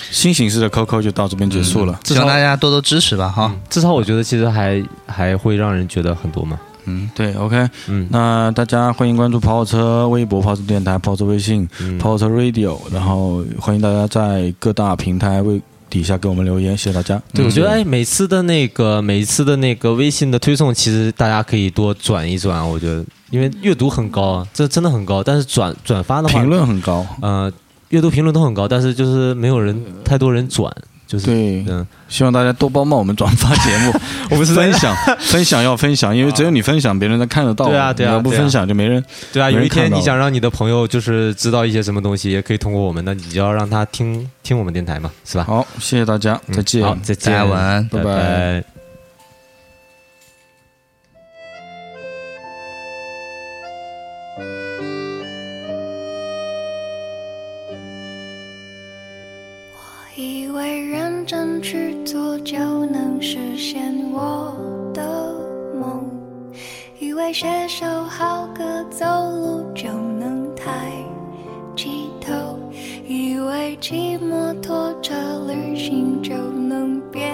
新形式的 Coco 就到这边结束了，
希望大
家多多支持吧，哈。
嗯至少我觉得其实还还会让人觉得很多嘛。
嗯，对，OK，嗯，那大家欢迎关注跑火车微博、跑车电台、跑车微信、
嗯
跑火车 Radio，然后欢迎大家在各大平台为底下给我们留言，谢谢大家。
对，我觉得
嗯
哎，每次的那个每一次的那个微信的推送，其实大家可以多转一转，我觉得，因为阅读很高啊，这真的很高，但是转转发的话，
评论很高，
呃，阅读评论都很高，但是就是没有人太多人转，就是嗯
对，希望大家多帮帮我们转发节 目，我们分享分享要分享，因为只有你分享，别人才看得到。
对啊对啊
你要不
对啊
分享就没人。
对啊，
没
有
人
一天
看到
你想让你的朋友就是知道一些什么东西，也可以通过我们，那你就要让他听听我们电台嘛，是吧？
好，谢谢大家，再见，
好，再见，
大家晚安
拜
拜拜
拜
以为认真去做就能实现我的梦，以为写首好歌走路就能抬起头，以为骑摩托车旅行就能变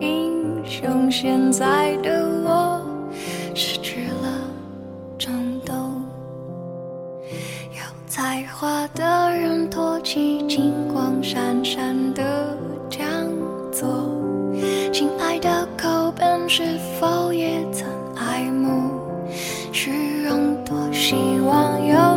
英雄。现在的我失去了冲动。有才华的人托起金光闪闪的讲座。亲爱的口本是否也曾爱慕虚荣？多希望有